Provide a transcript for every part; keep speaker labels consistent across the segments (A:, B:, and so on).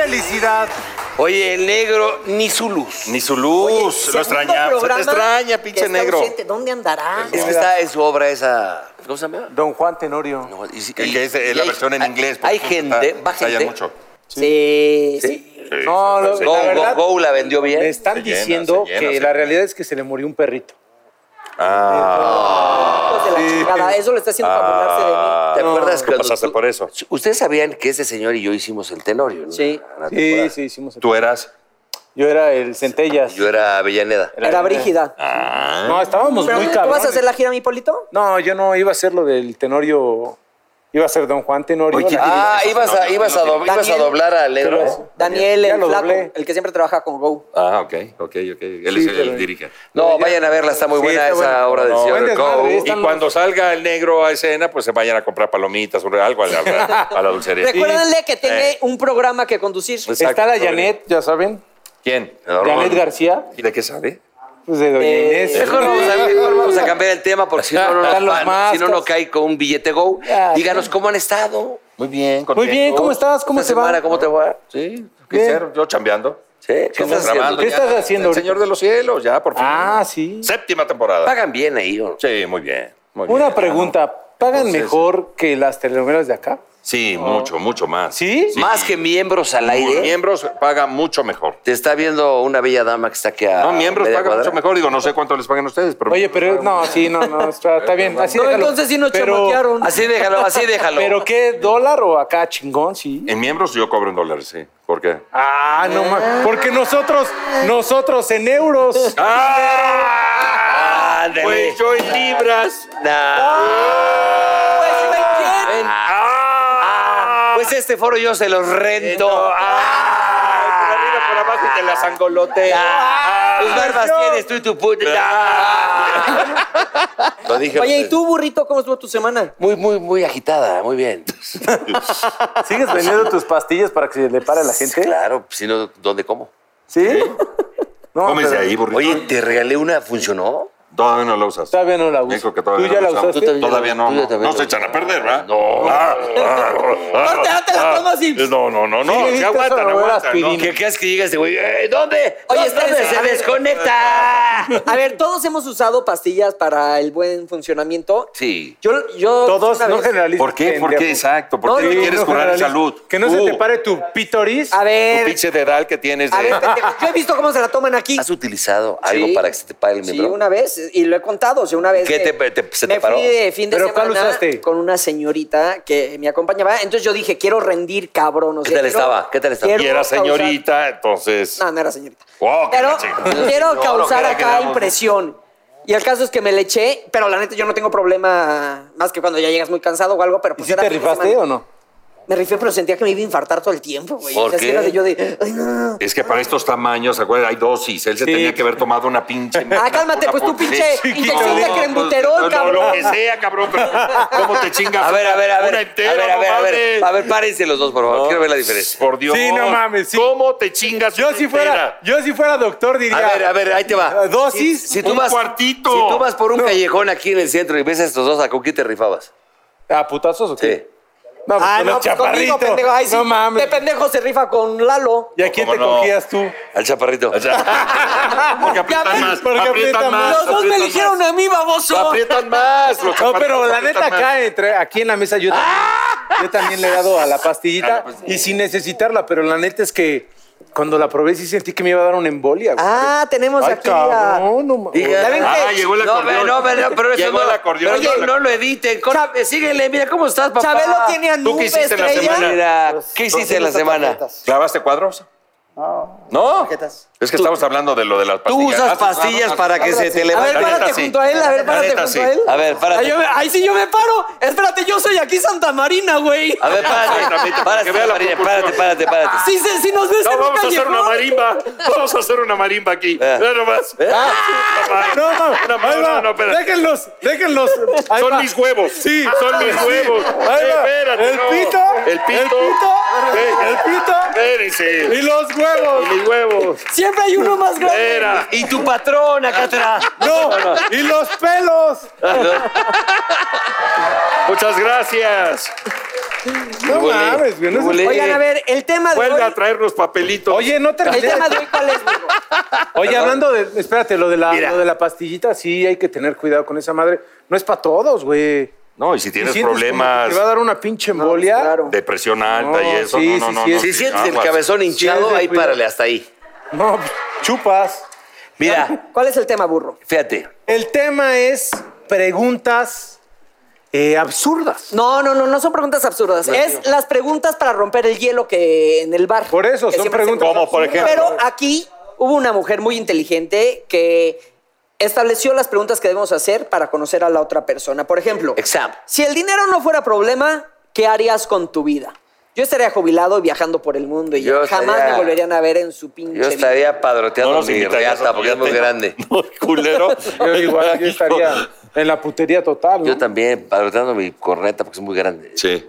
A: verdad.
B: Oye, el negro, ni su luz.
C: Ni su luz,
A: Oye,
C: lo
A: segundo
C: extraña.
A: programa
B: te extraña, pinche
A: que está
B: negro.
A: ausente. ¿Dónde andará?
B: Es que está en su obra esa. ¿Cómo se llama?
D: Don Juan Tenorio.
B: No, y-
C: Que-
B: y-
C: que es eh,
B: y
C: la
B: hay-
C: versión en
B: hay-
C: inglés.
B: Hay
C: porque
B: gente,
C: está-
B: va
C: tallan
B: gente.
C: mucho.
A: Sí. Eh, sí.
D: No, lo-
B: Go,
D: la verdad,
B: Go, Go la vendió bien.
D: me están
C: Se llena,
D: diciendo
C: se llena,
D: que la
C: se llena.
D: realidad es que se le murió un perrito.
A: hijos de la chingada. Eso le está haciendo
C: Ah,
A: para burlarse de mí.
B: ¿Te acuerdas
C: Tú
B: cuando
C: pasaste
B: tú-
C: por eso.
B: Ustedes sabían que ese señor y yo hicimos el Tenorio, ¿no?
A: Sí.
B: Una temporada.
D: Sí, sí, hicimos. el-
C: Tú eras.
D: Yo era el Centellas.
B: Yo era Avellaneda.
A: Era brígida.
C: Ah.
D: No,
C: pues
D: estábamos
A: Pero,
D: muy
A: ¿Tú vas
D: cabrones.
A: a hacer la gira, mi Polito?
D: No, yo no iba a ser lo del Tenorio. Iba a ser Don Juan Tenorio.
C: Oye,
D: la-
B: Ah, ibas a, ibas a, do- ibas a
A: Daniel.
B: doblar al negro.
D: Pero-
A: Daniel,
D: ¿Eh? Ya
A: el
D: lo
A: flaco,
D: doblé.
A: el que siempre trabaja con Go.
C: Ah, ok, ok, ok. Él
D: Sí,
C: es el
D: pero-
C: dirige.
B: No, vayan a verla, está muy
D: Sí,
B: buena
D: está
B: esa
D: buena.
B: obra del
D: No,
B: señor
D: buen
B: Go.
D: desmadre,
C: Y
D: Están
C: cuando salga el negro a escena, pues se vayan a comprar palomitas o algo a la, a la dulcería.
A: Recuérdenle que tiene
C: Eh. Pues
A: un programa que conducir. Pues,
C: Exacto,
D: Está la
C: Rodrigo.
D: Janet, ya saben.
C: ¿Quién?
D: Janet García.
C: ¿Y de qué sabe?
D: Pues de Doña
A: Eh,
D: Inés.
B: Mejor vamos, a, mejor vamos a cambiar el tema porque si no, no,
D: Están
B: nos
D: los
B: van-
D: mascas.
B: si no, no cae con un billete Go.
D: Ya,
B: Díganos cómo han estado.
C: Muy bien.
D: Muy bien, ¿cómo estás? ¿Cómo
B: Esta
D: se
B: semana,
D: va?
B: ¿Cómo te va?
C: Sí,
D: Bien.
C: quisiera yo chambeando.
B: Sí, ¿qué
C: Estamos
B: estás haciendo?
C: grabando
D: ¿Qué
C: ya
D: estás haciendo
C: El
D: ahorita?
C: Señor de los Cielos, ya, por fin.
D: Ah, sí.
C: Séptima temporada.
B: Pagan bien ahí, ¿o no?
C: Sí, muy bien. muy bien.
D: Una pregunta. ¿Pagan
C: Entonces-
D: mejor que las telenovelas de acá?
C: Sí, mucho, mucho más.
D: ¿Sí?
B: Más que miembros al
C: Los
B: aire.
C: miembros pagan mucho mejor.
B: Te está viendo una bella dama que está aquí a.
C: No, miembros
B: Ah, media
C: pagan
B: cuadra.
C: mucho mejor. Digo, no sé cuánto les pagan ustedes, pero.
D: Oye, pero no, sí, no, no, está, está bien. Así
A: No,
D: déjalo.
A: entonces sí nos
D: pero,
A: chamaquearon.
B: Así déjalo, así déjalo.
D: pero qué, dólar o acá chingón, sí.
C: En miembros yo cobro en dólares, sí. ¿Por qué?
D: Ah, no más. Porque nosotros, nosotros en euros.
B: ¡Ah! ándale.
C: Pues yo en libras. Ah.
B: Nah. En- Ah, Pues este foro yo se los rento.
C: Ah, por arriba, por abajo y te las angolote.
B: Ah, Tus barbas tienes tú y tu Ah. puta.
C: Lo dije.
A: Oye, ¿y tú, burrito, cómo estuvo tu semana?
B: Muy, muy, muy agitada, muy bien.
D: ¿Sigues vendiendo tus pastillas para que se le pare a la gente?
B: Claro, si no, ¿dónde como?
D: ¿Sí? No,
C: Cómese
D: pero
C: ahí, burrito.
B: Oye, te regalé una, ¿funcionó?
C: Todavía no la usas.
D: Todavía no la
C: Me
D: uso.
C: dijo que
D: ¿Tú
C: todavía
D: ya
C: no
D: la
C: usaba.
D: usaste?
B: Tú también.
C: Todavía no.
B: Tú
C: No,
B: ya también
C: No se
B: lo
C: echan a
B: usas.
C: perder, ¿verdad?
B: No.
C: Ah, ah, ah. Eh,
A: Córtate, las tomas y-
C: No, no, no, no.
D: Sí,
C: se
D: viste
C: aguantan,
D: esa novela
C: aguantan, ¿no?
D: aspirina.
B: ¿Qué crees que llega este güey? "Eh, ¿Dónde?
A: Oye,
B: ¿Dónde
A: espérense,
B: se
A: a ver.
B: desconecta?
A: A ver, todos hemos usado pastillas para el buen funcionamiento.
B: Sí.
A: Yo, yo
D: Todos,
A: una
D: no
A: vez-
D: generalices.
C: ¿Por qué? ¿Por
D: pendejo.
C: qué? Exacto. ¿Por
A: No,
C: qué
A: no,
C: te
A: no,
C: quieres
D: no
C: curar en
D: generalices.
C: salud?
D: Que no se
C: Tú,
D: te pare tu pitoris.
A: A
C: Tu
A: ver,
C: pinche dedal que tienes
A: a
C: de.
A: ver, pendejo, yo he visto cómo se la toman aquí.
B: ¿Has utilizado algo
A: Sí.
B: para que se te pague el
A: Sí,
B: miembro?
A: una vez, y lo he contado, o sea, una vez
B: ¿Qué
A: que
B: te- te- se te
A: me
B: paró?
A: fui de fin de
D: ¿Pero cuál
A: semana
D: usaste?
A: con una señorita que me acompañaba, entonces yo dije, quiero rendir, cabrón. o
B: ¿Qué
A: sea,
B: tal
A: quiero-
B: estaba? ¿Qué tal estaba?
A: quiero
C: Y era
A: causar-
C: señorita, entonces.
A: No, no era señorita.
C: Oh, qué
A: pero
C: la chingada.
A: quiero
C: No,
A: causar
C: no, que
A: acá
C: quedamos-
A: impresión. Y el caso es que me le eché, pero la neta yo no tengo problema más que cuando ya llegas muy cansado o algo, pero
D: ¿Y
A: pues
D: si
A: era
D: te
A: fin de
D: rifaste
A: semana.
D: o no?
A: Me rifé, pero sentía que me iba a infartar todo el tiempo, güey.
B: ¿Por
A: O sea, sí
B: qué?
A: era de yo de, "Ay, no".
C: Es que para estos tamaños, acuerdas, hay dosis. Él se
D: Sí.
C: tenía que haber tomado una pinche.
A: Ah, cálmate,
C: una
A: pues tú
C: pol-
A: pinche
C: Sí, no,
A: inyección de crembuterol,
C: no,
A: cabrón.
C: No, lo que sea, cabrón, pero ¿cómo te chingas?
B: A ver, a ver, a ver.
C: Una entera,
B: a ver, a
C: no
B: ver, a ver.
C: mames.
B: A ver, párense los dos, por favor. Quiero ver la diferencia.
C: Oh, Por Dios.
D: Sí, no mames, sí.
C: ¿Cómo te chingas?
D: Yo
C: una
D: si fuera,
C: entera?
D: yo si fuera doctor diría.
B: A ver, a ver, ahí te va.
D: Dosis.
B: Si tú
C: Un
B: vas,
C: cuartito.
B: Si tú vas por un callejón aquí en el centro y ves a estos dos, ¿a con quién te rifabas?
D: ¿A putazos o
B: Sí.
D: qué? No,
A: Ah,
D: con
A: no,
D: el
A: pues conmigo,
D: chaparrito.
A: pendejo. Ay, sí,
D: no mames.
A: De pendejo se rifa con Lalo.
D: ¿Y a quién te
C: ¿Cómo no?
D: cogías tú?
B: Al chaparrito.
C: O sea, porque
A: Ya
C: aprietan
A: ves,
C: más.
D: porque
C: aprietan
D: aprietan
C: más.
D: más.
A: Los dos me
C: aprietan
A: eligieron a mí,
C: más,
A: baboso.
C: Aprietan más. los
D: No,
C: zapatos
D: pero la
C: aprietan
D: neta
C: más. Ah.
D: acá, entre, aquí en la mesa yo, yo también le he dado a la pastillita
C: pues
D: y sin necesitarla, pero la neta es que cuando la probé sí sentí que me iba a dar una embolia. güey.
A: Ah, tenemos
D: Ay,
A: aquí a...
D: cabrón, no mames.
A: Ya ven
C: Ah,
A: que-
C: llegó el
B: No,
C: acordeón.
B: no, no, pero eso
C: Llegó
B: no.
C: el acordeón.
B: Oye,
C: Llegó el
B: no lo editen. córtale, síguele, mira cómo estás, papá.
A: Chabelo tiene a
C: ¿Tú qué
A: Nube
C: hiciste en la
A: Estrella.
C: semana?
B: Mira, ¿qué hiciste en la semana?
C: ¿Clavaste cuadros? No. Es que estamos hablando de lo de las pastillas.
B: Tú usas
C: ¿Has usado?
B: pastillas
C: No.
B: para que se te
A: A
C: La
A: ver,
B: levante.
C: neta
A: párate
C: sí.
A: junto a él, a ver,
C: La
A: párate
C: neta
A: junto
C: sí.
A: a él.
B: A ver, párate.
A: Ahí, yo me- ahí sí yo me paro. Espérate, yo soy aquí Santa Marina, güey.
B: A ver, párate.
C: Exactamente,
B: Párate,
C: que vea la
B: Marina,
C: proporción.
B: párate, párate, párate.
A: Si, se- si nos ves
C: No,
A: en un
C: vamos a hacer
A: callejón.
C: una marimba. Vamos a hacer una marimba aquí.
B: Eh.
C: Ve nomás. Ah,
D: Ah, No, no,
C: No,
D: ahí
C: no,
D: va.
C: no, espérate.
D: déjenlos, déjenlos. Ahí
C: Son
D: va.
C: mis huevos.
D: Sí.
C: Son mis huevos. Eh,
D: Ahí va.
C: Espérate,
D: el
C: no.
D: pito,
C: El pito.
D: el pito,
C: Eh.
D: el pito
C: Espérense.
D: y los huevos.
C: Y mis huevos.
A: Siempre hay uno más grande.
C: Espera.
B: Y tu patrón acá atrás.
D: No, y los pelos.
C: Muchas gracias.
D: No
B: Huele.
D: mames, güey. no es-
B: Huele.
A: Oigan, a ver, el tema de
C: Vuelve
A: hoy.
C: a traer los papelitos.
D: Oye, no te
A: El tema de hoy, ¿cuál es, Diego?
D: Oye, hablando de. Espérate, lo de, la,
C: Mira.
D: lo de la pastillita, sí, hay que tener cuidado con esa madre. No es para todos, güey.
C: No, y si
D: Si
C: tienes
D: sientes como que
C: problemas,
D: Te va a dar una pinche embolia.
A: pues, claro.
C: de presión alta
D: No,
C: y eso,
D: sí,
C: no, no,
D: sí,
C: no,
D: sí,
C: no.
D: sí,
B: Si sientes el
C: Aguas.
B: cabezón
D: Sí, es
B: hinchado,
D: de
B: ahí
D: cuidado.
B: párale hasta ahí.
D: No, pues, chupas.
B: Mira,
A: ¿Cuál es el tema, burro?
B: fíjate.
D: El tema es preguntas eh, absurdas.
A: No, no, no, no son preguntas absurdas. es las preguntas para romper el hielo que en el bar.
D: Por eso,
A: que
D: son
A: siempre se
D: preguntas
A: encuentran.
C: Como, por ejemplo.
A: Pero aquí hubo una mujer muy inteligente que estableció las preguntas que debemos hacer para conocer a la otra persona. Por ejemplo,
B: Exam.
A: si el dinero no fuera problema, ¿qué harías con tu vida? Yo estaría jubilado viajando por el mundo y
B: Yo
A: jamás
B: estaría-
A: me volverían a ver en su pinche
B: Yo
A: vida.
B: estaría
C: No
B: padroteando
C: nos
B: mi
C: invitarías a
B: reata
C: tu
B: porque es muy
C: yate.
B: grande.
C: No, culero.
D: Yo igual yo estaría en la putería total. ¿no?
B: Yo también padroteando mi corneta porque es muy grande.
C: Sí.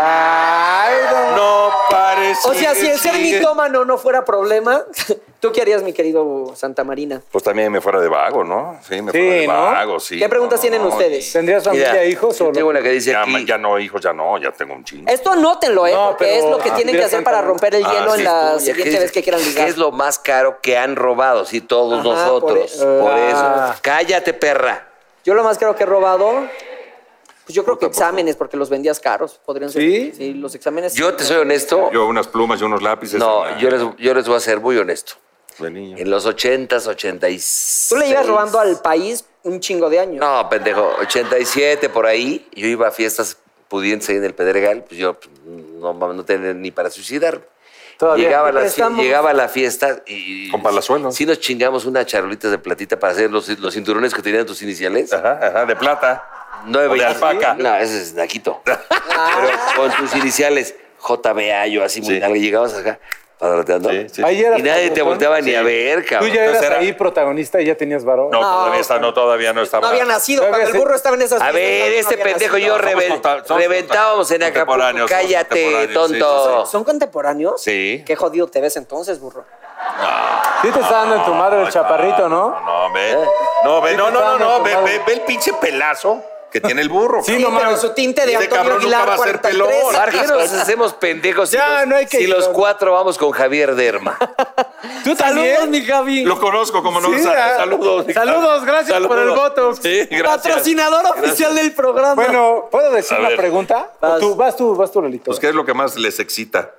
D: Ay, no.
C: No parece.
A: O sea, si el ser mitómano no fuera problema, ¿tú qué harías, mi querido Santa Marina?
C: Pues también me fuera de vago, ¿no? Sí, me
D: Sí,
C: fuera de
D: ¿no?
C: vago, sí.
A: ¿Qué preguntas
C: No,
A: tienen
C: no,
A: ustedes?
D: ¿Tendrías familia,
B: Mira,
D: hijos
B: yo
D: o no?
B: Tengo una que dice
C: Ya,
B: aquí.
C: ya no, hijos, ya no, ya tengo un chingo.
A: Esto anótenlo, ¿eh?
D: No,
A: Porque
D: pero-
A: es lo que
D: ah,
A: tienen que hacer para romper el
C: ah,
A: hielo
C: sí,
A: en la
B: Mira,
A: siguiente
B: dice,
A: vez que quieran ligar.
B: ¿Qué es lo más caro que han robado? Sí, todos
A: Ajá,
B: nosotros.
A: por
B: Por,
D: e- Ah.
B: eso. Cállate, perra.
A: Yo lo más caro que he robado, pues yo creo que exámenes, porque los vendías caros. Podrían ser.
D: ¿Sí?
A: los exámenes.
B: Yo te soy honesto.
C: Yo unas plumas y unos lápices.
B: no,
C: una-
B: yo les, yo les voy a ser muy honesto.
C: de niño.
B: En los 80s, 86.
A: Tú le ibas robando al país un chingo de años.
B: No, pendejo, 87 por ahí. Yo iba a fiestas pudientes ahí en el Pedregal, pues yo pues, no, mames, no tenía ni para suicidarme.
D: Todavía.
B: Llegaba a,
A: Te
B: la, fie-
A: prestamos.
B: llegaba a la fiesta y.
C: Con palazuelos.
B: Sí, nos chingamos unas charolitas de platita para hacer los, los cinturones que tenían tus iniciales.
C: Ajá, ajá, de plata.
B: No de
C: O de
B: bellas-
C: alpaca.
B: No, ese es Naquito.
A: Ah,
B: Con tus iniciales, JBA, yo así muy
C: Sí.
B: largo, llegabas acá, padroteando.
C: Sí, sí.
D: Ahí eras
B: Y nadie te
D: padrotón.
B: volteaba ni
C: Sí.
B: a ver,
D: Tú
B: cabrón.
D: ya eras
C: Entonces era-
D: ahí protagonista y ya tenías varón.
C: No,
A: No.
C: todavía está, no, todavía no estaba.
A: no había nacido.
D: Todavía
A: Cuando el
D: sí.
A: burro estaba en esas.
B: A
A: fiestas,
B: ver,
A: todavía no
B: este
A: había
B: pendejo y
A: nacido.
B: yo
C: somos
B: rebel-
C: conta- somos
B: reventábamos en Acapulco.
C: contemporáneos, somos
B: Cállate,
C: contemporáneos, sí,
B: tonto.
A: ¿Son contemporáneos?
C: Sí.
A: Qué jodido te ves entonces, burro.
D: Sí te está dando en tu madre el
C: Ah,
D: chaparrito, ¿no? Eh,
C: No, ve. No, ve,
D: Sí,
C: no,
D: te
C: no, no,
D: estaban
C: no, ve,
D: entubados.
C: ve, ve el pinche pelazo que tiene el burro.
D: Sí,
C: cabrón.
A: Sí,
D: no
A: pero
D: mames.
A: su tinte de
C: Ese
A: Antonio
C: cabrón nunca
A: Aguilar
C: va a ser
A: 43.
C: pelón.
B: ¿Para qué nos hacemos pendejos si,
D: Ya,
B: los,
D: no hay que
B: si los
D: llorar.
B: cuatro vamos con Javier Derma?
D: Tú
A: Saludos, mi Javi.
C: Lo conozco, como no.
D: Sí,
C: Sal-
D: ah,
C: saludos.
D: saludos, gracias por el voto.
C: Sí, gracias.
A: Patrocinador oficial del programa.
D: Bueno, ¿puedo decir
C: A
D: la
C: ver.
D: pregunta? ¿O
A: Vas.
D: tú, vas tú, vas tú, Lolito.
C: Pues, ¿qué es lo que más les excita?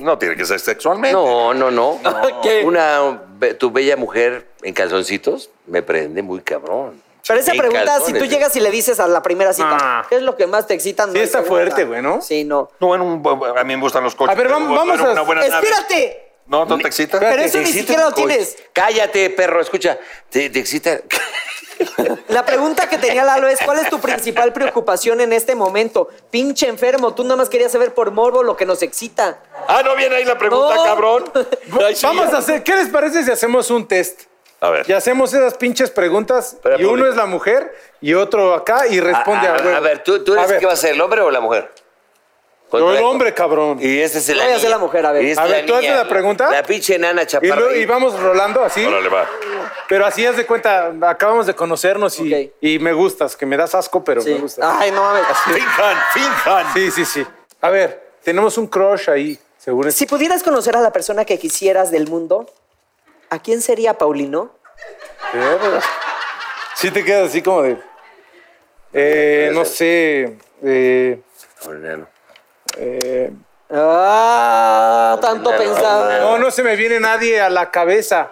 C: No tiene que ser sexualmente.
B: No, no, no.
A: ¿Qué?
B: Una, be- tu bella mujer en calzoncitos me prende muy cabrón.
A: Pero esa
B: En
A: pregunta, si
B: calzones,
A: tú
B: eh.
A: llegas y le dices a la primera cita,
D: Ah.
A: ¿qué es lo que más te excita? No
D: Sí,
A: hay
D: está
A: pregunta.
D: fuerte, güey, ¿no?
A: Sí, no.
C: No, en un- a mí me gustan los coches.
D: A ver,
C: pero
D: vamos-
C: bueno,
D: vamos a-
C: una buena nave.
A: ¡Espérate!
C: No, ¿no te excita?
A: Pero
D: Espérate,
A: eso
B: ¿Te
A: ni
B: excita
A: siquiera
B: un
A: lo
B: coche?
A: tienes.
B: Cállate, perro, escucha. Te, te excita.
A: La pregunta que tenía Lalo es, ¿cuál es tu principal preocupación en este momento? Pinche enfermo, tú nada más querías saber por morbo lo que nos excita.
C: Ah, no viene ahí la pregunta,
A: No.
C: cabrón. Ay, sí.
D: Vamos a hacer, ¿qué les parece si hacemos un test?
C: A ver.
D: Y hacemos esas pinches preguntas
B: Espera,
D: y uno
B: público.
D: es la mujer y otro acá y responde
B: a,
D: a,
B: a-
D: huevo.
B: Ah, a ver, ¿tú, tú
D: A
B: eres
D: ver,
B: que va a ser el hombre o la mujer?
D: yo el
B: Contra-
D: hombre, cabrón. Y,
B: Y este es el
A: Voy a hacer la mujer, a ver.
B: Y esta
D: A
B: es
D: ver, ¿tú haces
B: niña.
D: la pregunta?
B: La pinche nana chaparra.
D: luego- y vamos rolando así,
C: Órale, va.
D: pero así haz de cuenta, acabamos de conocernos y,
A: Ok.
D: y me gustas, que me das asco, pero
A: Sí.
D: me gustas.
A: Ay, no mames.
C: Finjan, finjan.
D: Sí, sí, sí. A ver, tenemos un crush ahí, según este
A: Si pudieras conocer a la persona que quisieras del mundo, ¿a quién sería Paulino?
D: Sí te quedas así como de... eh, no sé... eh, eh,
A: Ah, tanto pensado.
D: no, no se me viene nadie a la cabeza.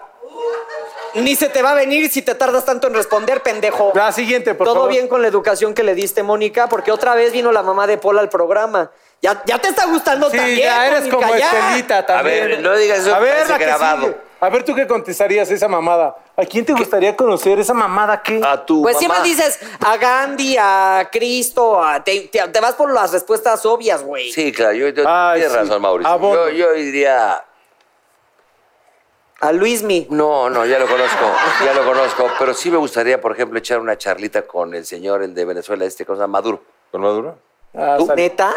A: Ni se te va a venir si te tardas tanto en responder, pendejo.
D: La siguiente, por
A: Todo
D: favor.
A: bien con la educación que le diste, Mónica, porque otra vez vino la mamá de Paul al programa. Ya, ya te está gustando
D: Sí,
A: también.
D: ya eres
A: Mónica,
D: como
A: ya.
D: Estelita también.
B: ver, no digas eso,
D: A ver,
B: parece
D: la que
B: grabado.
D: sigue. A ver, ¿tú qué contestarías esa mamada? ¿A quién te gustaría conocer esa mamada qué?
B: A tu
A: Pues
B: mamá.
A: siempre dices a Gandhi, a Cristo, a- te, te- te vas por las respuestas obvias, güey.
B: Sí, claro, yo, yo-
D: Ay,
B: tienes
D: sí.
B: razón, Mauricio.
D: Abono.
B: Yo, yo diría.
A: A Luismi.
B: No, no, ya lo conozco, ya lo conozco. Pero sí me gustaría, por ejemplo, echar una charlita con el señor el de Venezuela, este cosa, Maduro.
C: ¿Con Maduro?
D: Ah, sale.
A: ¿Neta?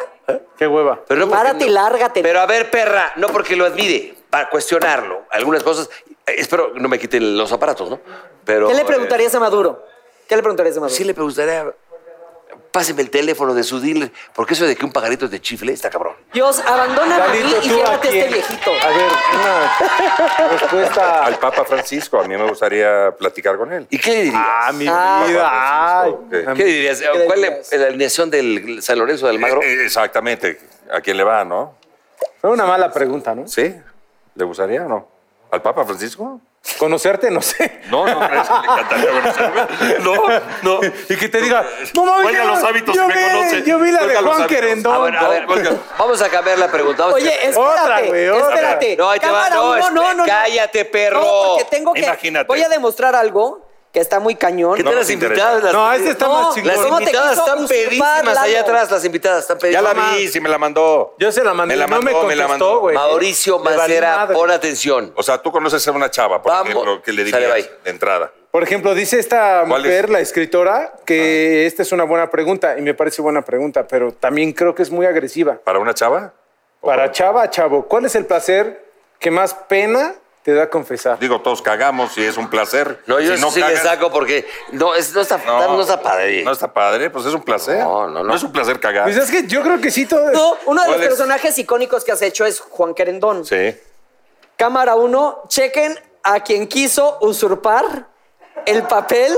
D: Qué hueva.
B: Pero porque
A: Párate y lárgate.
B: Pero a ver, perra, no porque lo admire, para cuestionarlo. Algunas cosas. eh, Espero no me quiten los aparatos, ¿no? Pero.
A: ¿Qué le
B: eh,
A: preguntarías a Maduro? ¿Qué le preguntarías a Maduro?
B: Sí le preguntaría, páseme el teléfono de su dealer, porque eso de que un pajarito te chifle está cabrón.
A: Dios, abandóname a mí
D: Lalito,
A: y
D: ¿tú a
A: llévate a este
D: quién?
A: viejito.
D: A ver, una respuesta.
C: Al Papa Francisco, a mí me gustaría platicar con él.
B: ¿Y qué le dirías?
D: Ah, mi
A: Ah,
D: vida. Ay,
C: Francisco,
B: Ah, ¿Qué le dirías?
A: le
B: ¿Cuál
A: dirías?
B: es la alineación del San Lorenzo del Magro?
C: Eh, eh, Exactamente. ¿A quién le va, no?
D: Fue una mala pregunta, ¿no?
C: ¿Sí? ¿Le gustaría o no? ¿Al Papa Francisco?
D: Conocerte, no sé.
C: No, no, pero es que le encantaría conocerme. No, no.
D: Y que te diga, no mames,
C: Oiga
D: yo-
C: los hábitos,
D: yo
C: me
D: vi-
C: conoce.
D: Yo vi la de
C: Oiga los
D: Juan
C: hábitos.
D: Querendón.
B: A ver, a ver, vamos a cambiar la pregunta. Vamos a
A: Oye,
B: cambiar.
A: espérate,
D: Otra, güey, otra.
A: espérate.
B: No, ahí te va.
A: Cámara
B: No,
A: uno,
B: espe-
A: no, no, no.
B: cállate, perro.
A: No, porque tengo que.
C: Imagínate.
A: Voy a demostrar algo que está muy cañón.
B: ¿Qué
C: No
B: tal
C: nos
B: las
C: interesa.
B: invitadas? Las-
D: No, este está
A: No,
D: más
B: Las
A: ¿Cómo
D: chingón.
A: te
B: invitadas
A: quiso
B: están
A: usurpar,
B: pedísimas allá
A: Lalo?
B: atrás, las invitadas están
C: Ya
B: pedísimas.
C: la vi, sí me la mandó.
D: Yo se la mandé,
C: Me la
D: no me
C: mandó, me la mandó.
D: contestó, güey.
B: Mauricio
D: Le valió
B: Mancera,
D: madre.
B: pon atención.
C: O sea, tú conoces a una chava, por
B: Vamos.
C: ejemplo, que le
B: Sale,
C: dirías
B: bye.
C: de entrada.
D: Por ejemplo, dice esta
C: ¿Cuál
D: mujer,
C: es?
D: la escritora, que esta es una buena pregunta y me parece buena pregunta, pero también creo que es muy agresiva.
C: ¿Para una chava?
D: Para Chava, Chavo, ¿cuál es el placer que más pena te da confesar?
C: Digo, todos cagamos y es un placer.
B: No, yo
C: Si
B: eso sí le
C: cagas-
B: saco porque no, es- no, está, no, está padre.
C: No está padre, pues es un placer.
B: No, no, no.
C: es un placer cagar.
D: Pues es que yo creo que sí todo.
A: No, uno de los
C: ¿Cuál es?
A: personajes icónicos que has hecho es Juan Querendón.
C: Sí.
A: Cámara 1, chequen a quien quiso usurpar el papel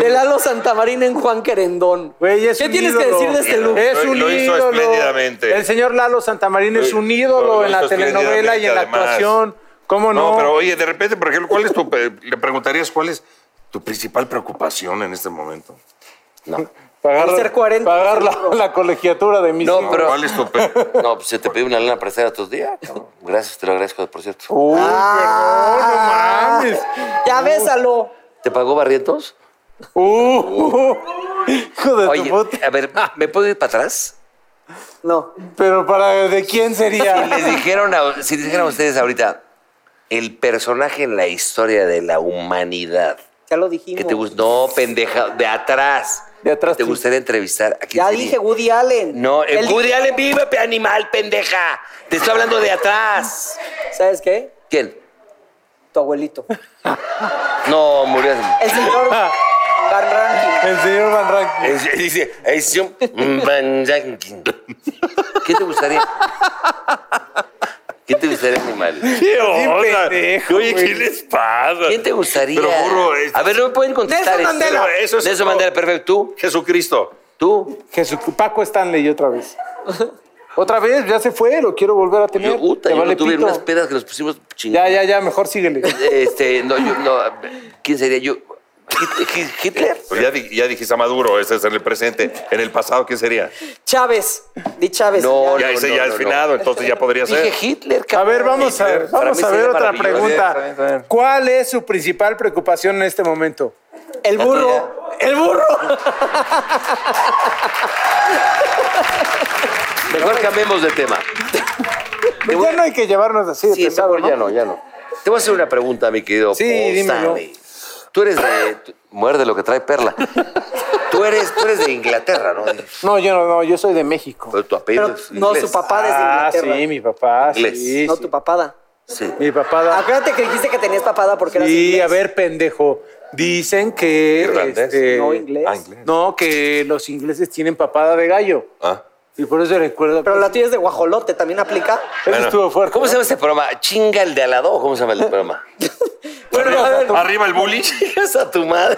A: de Lalo Santamarín en Juan Querendón.
D: Güey, es
A: ¿Qué
D: un
A: tienes que
D: ídolo.
A: decir de este look?
D: Es un
C: Lo hizo
D: ídolo.
C: espléndidamente.
D: El señor Lalo Santamarín es
C: Lo-
D: un ídolo
C: lo- lo
D: en
C: hizo
D: la telenovela y en la
C: espléndidamente,
D: actuación. ¿Cómo no?
C: No, pero oye, de repente, por ejemplo, ¿cuál es tu, pe- le preguntarías cuál es tu principal preocupación en este momento?
D: pagar,
A: Por ser 40,
D: pagar la, la colegiatura de mis
B: No,
D: hijos.
B: pero.
C: ¿Cuál es tu pe-
B: No, pues se te pide una lana prestada estos días. cabrón. Gracias, te lo agradezco, por cierto.
D: Uy,
A: Ah.
D: perdón, no mames.
A: Ya bésalo.
B: ¿Te pagó Barrientos?
D: Uh, hijo de tu
B: Oye,
D: puta.
B: a ver, ¿me puedo ir para atrás?
A: No.
D: Pero para de quién sería.
B: Les dijeron, a- si les dijeron a ustedes ahorita, el personaje en la historia de la humanidad
A: Ya lo dijimos.
B: que te gust- No, pendeja, de atrás.
D: De atrás,
B: Te
D: sí.
B: gustaría entrevistar. ¿A quién
A: Ya
B: sería?
A: dije Woody Allen.
B: No, el
A: Él
B: Woody
A: dijo-
B: Allen vive, pe- animal, pendeja. Te estoy hablando de atrás.
A: ¿Sabes qué?
B: ¿Quién?
A: Tu abuelito.
B: No, murió.
A: El señor Van Ranking.
D: El señor Van Rankin.
B: Es- Dice, es un Van Ranking. ¿Qué te gustaría? ¿Qué te gustaría, animal?
C: ¿Qué
D: onda? pendejo, Oye, ¿qué güey.
C: les pasa?
B: ¿Quién te gustaría?
C: Pero burro, es-
B: A ver, no me pueden contestar.
A: Nelson
B: esto.
A: Mandela.
C: Eso es-
B: Nelson Mandela, perfecto. ¿Tú?
C: Jesucristo.
B: ¿Tú?
D: Jesús, Paco Stanley otra vez. Otra vez, ya se fue, lo quiero volver a tener.
B: Yo, puta,
D: Te
B: yo
D: vale
B: lo tuve en
D: pito.
B: unas pedas que nos pusimos chingados.
D: Ya, ya, ya, mejor síguele.
B: Este, no, yo, no, ¿quién sería yo? Hit- Hit- ¿Hitler?
C: Pues ya, di- ya dijiste a Maduro, ese es en el presente. En el pasado, ¿quién sería?
A: Chávez. Di Chávez.
B: No,
C: ya
B: no,
C: ese
B: no,
C: ya es
B: no,
C: finado, entonces ya podría ser.
B: Dije Hitler,
D: A
B: cabrón.
D: ver, vamos a,
B: Hitler. Para
D: vamos
B: mí
D: a ver
B: sería
D: otra
B: maravilloso.
D: pregunta. ¿Cuál es su principal preocupación en este momento?
A: El burro. El burro.
B: Mejor cambiemos de tema.
D: Ya no hay que llevarnos así de
B: Sí,
D: pesado,
B: mejor
D: ¿no?
B: ya no, ya no. Te voy a hacer una pregunta, mi querido.
D: Sí,
B: Paul
D: dímelo.
B: Stanley. Tú eres de... tú- muerde lo que trae Perla. Tú eres, tú eres de Inglaterra, ¿no?
D: No, yo no, no, yo soy de México.
B: Pero tu apellido
A: Pero
B: es
A: no,
B: pues, inglés.
A: su papá desde
D: Ah,
A: Inglaterra.
D: sí, mi papá.
B: Inglés.
D: Sí,
A: No,
D: sí.
A: tu papada.
B: Sí.
D: Mi papá. da-
A: Acuérdate que dijiste que tenías papada porque eras
D: Sí,
A: inglés.
D: a ver, pendejo. Dicen que.
C: Irlandés.
D: este,
B: eh,
A: No, inglés.
C: Ah, inglés.
D: No, que los ingleses tienen papada de gallo.
C: Ah.
D: Y por eso recuerdo.
A: Pero la tuya es de guajolote, también aplica.
D: Eso estuvo fuerte.
B: ¿Cómo se llama este programa? ¿Chinga el de Alado o cómo se llama el programa?
A: Bueno, a ver,
C: Arriba el bully.
B: Chingas a tu madre.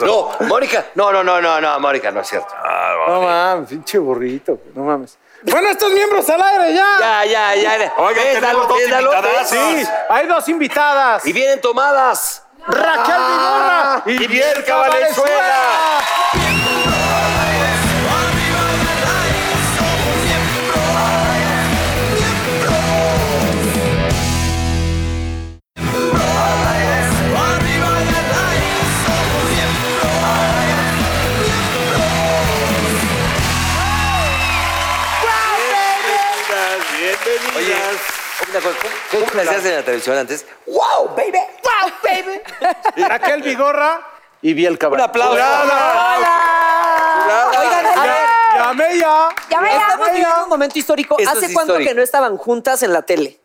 B: No, Mónica. No, no, no, no, no, Mónica, no es cierto.
C: Ah,
D: No mames, pinche burrito. No mames. Bueno, estos miembros al aire ya.
B: Ya, ya, ya.
C: Oigan,
B: Bésalo,
C: tenemos dos
B: bésalo,
C: invitadas.
B: bésalo.
D: Sí, hay dos invitadas.
B: Y vienen tomadas.
D: Raquel
A: Ah.
D: Vigorra
B: y Bielka Valenzuela.
C: bienvenidas.
B: Oye, una cosa, ¿cómo, cómo hacías en la televisión antes? ¡Wow, baby! ¡Wow, baby!
D: Raquel Vigorra y Bielka
B: Un aplauso.
A: Hola. Oigan, a
D: Llamé
A: ver,
D: ya.
A: estamos viviendo un momento histórico.
B: Esto
A: ¿Hace
B: es
A: cuánto
B: histórico.
A: que no estaban juntas en la tele?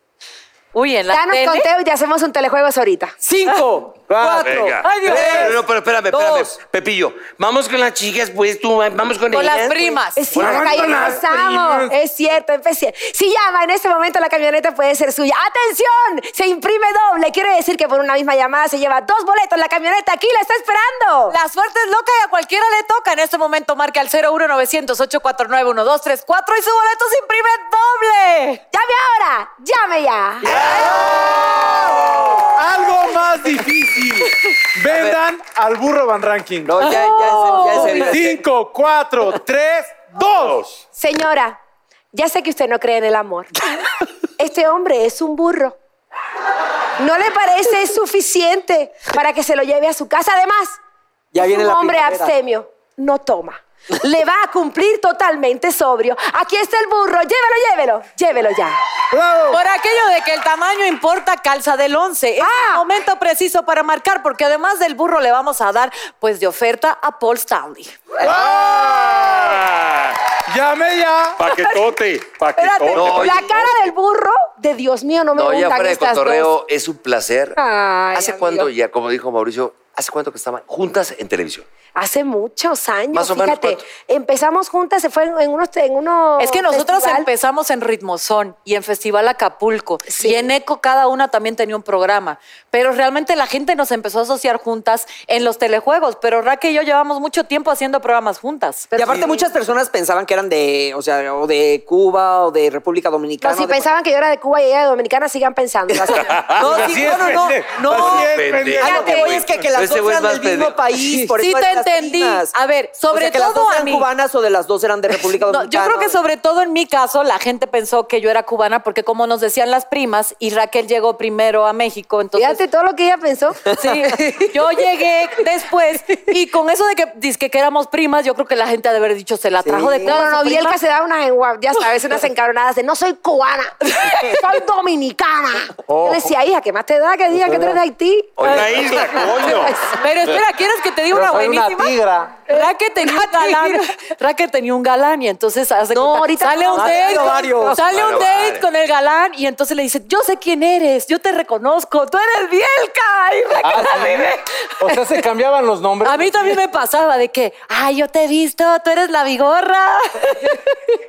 E: Uy, en la
F: Danos
E: tele.
F: conteo y hacemos un telejuegos ahorita.
A: Cinco, cuatro,
C: venga.
A: ay, Dios.
B: No, no, pero espérame, espérame.
A: dos.
B: Pepillo, vamos con las chicas, pues tú, vamos con,
E: Con
B: ellas.
E: las
B: pues.
E: primas.
F: Es cierto,
B: Bueno,
F: ahí
B: con las
F: empezamos.
B: primas.
F: Es cierto, empecé. Si llama en este momento la camioneta puede ser suya. ¡Atención! Se imprime doble. Quiere decir que por una misma llamada se lleva dos boletos. La camioneta aquí la está esperando.
E: La suerte es loca y a cualquiera le toca. En este momento marque al 01900 849 1234 y su boleto se imprime doble.
F: ¡Llame ahora! ¡Llame ya!
D: Algo más difícil. Vendan al burro Van Ranking.
A: No, ya, ya es, el- ya es el-
D: 5, 4, 3, 2.
F: Señora, ya sé que usted no cree en el amor. Este hombre es un burro. ¿No le parece suficiente para que se lo lleve a su casa? Además,
A: Ya
F: es
A: viene
F: un
A: la
F: hombre
A: primavera.
F: abstemio. No toma. Le va a cumplir totalmente sobrio. Aquí está el burro. Llévelo, llévelo. Llévelo ya.
D: ¡Bravo!
E: Por aquello de que el tamaño importa, calza del 11. Es
F: Ah.
E: el momento preciso para marcar, porque además del burro le vamos a dar, pues, de oferta a Paul Stanley.
C: Ah.
D: ¡Llame ya!
C: Paquetote,
F: Espérate,
C: paquetote.
B: No, oye,
F: la cara del burro, de Dios mío, no me
B: No, ya
F: gustan
B: fuera de
F: estas
B: cotorreo,
F: dos.
B: es un placer.
F: Ay,
B: ¿Hace
F: amigo.
B: cuánto ya, como dijo Mauricio, hace cuánto que estaban juntas en televisión?
F: Hace muchos años,
B: Más o menos,
F: fíjate.
B: ¿cuánto?
F: empezamos juntas, se fue en en unos, en unos
E: Es que nosotros
F: festival.
E: empezamos en Ritmozón y en Festival Acapulco.
F: Sí.
E: Y en ECO cada una también tenía un programa. Pero realmente la gente nos empezó a asociar juntas en los telejuegos. Pero Raquel y yo llevamos mucho tiempo haciendo programas juntas.
A: Y aparte muchas personas pensaban que eran de, o sea, o de Cuba o de República
F: No,
A: Dominicana.
F: si
A: o de-
F: pensaban que yo era de Cuba y ella de Dominicana, sigan pensando.
A: No, sí,
D: Así es,
A: no, no, no,
D: pendejo.
A: no.
D: Así es,
B: Pendejo.
D: pendejo.
A: A lo que voy es que, que las
B: Este
A: dos
B: güey es
A: eran del
B: más
A: mismo
B: pendejo.
A: país. Por
E: Sí,
A: eso
E: te
A: eran las
E: entendí.
A: primas.
E: A ver, sobre
A: o sea, que las
E: todo
A: dos
E: a
A: eran
E: mí.
A: cubanas o de las dos eran de República
E: No,
A: Dominicana.
E: yo creo que sobre todo en mi caso la gente pensó que yo era cubana porque como nos decían las primas y Raquel llegó primero a México, entonces
F: Fíjate todo lo que ella pensó.
E: Sí, yo llegué después y con eso de que dizque que éramos primas, yo creo que la gente ha de haber dicho se la trajo de Cuba
F: No, no, no,
E: su
F: vi el
E: prima".
F: que se da unas enguas, ya sabes, unas encabronadas de no soy cubana, soy dominicana. Yo le decía, hija, ¿qué más te da que diga que tú eres de Haití?
C: Una isla, coño.
E: Pero espera, ¿quieres que te diga una
A: soy una
E: buenísima?
A: tigra.
E: Raquel tenía un galán. Raquel tenía un galán y entonces hace cuenta,
F: ahorita
E: sale
F: no.
E: un
A: Ha
E: date.
A: tenido varios.
E: Sale un
B: Bueno,
E: date
B: vale.
E: con el galán y entonces le dice, "Yo sé quién eres, yo te reconozco, tú eres Bielka." Y Raquel
D: Ah,
E: así de-
D: O sea, se cambiaban los nombres.
A: Ah,
E: A mí también me pasaba de que, ay, yo te he visto, tú eres la vigorra.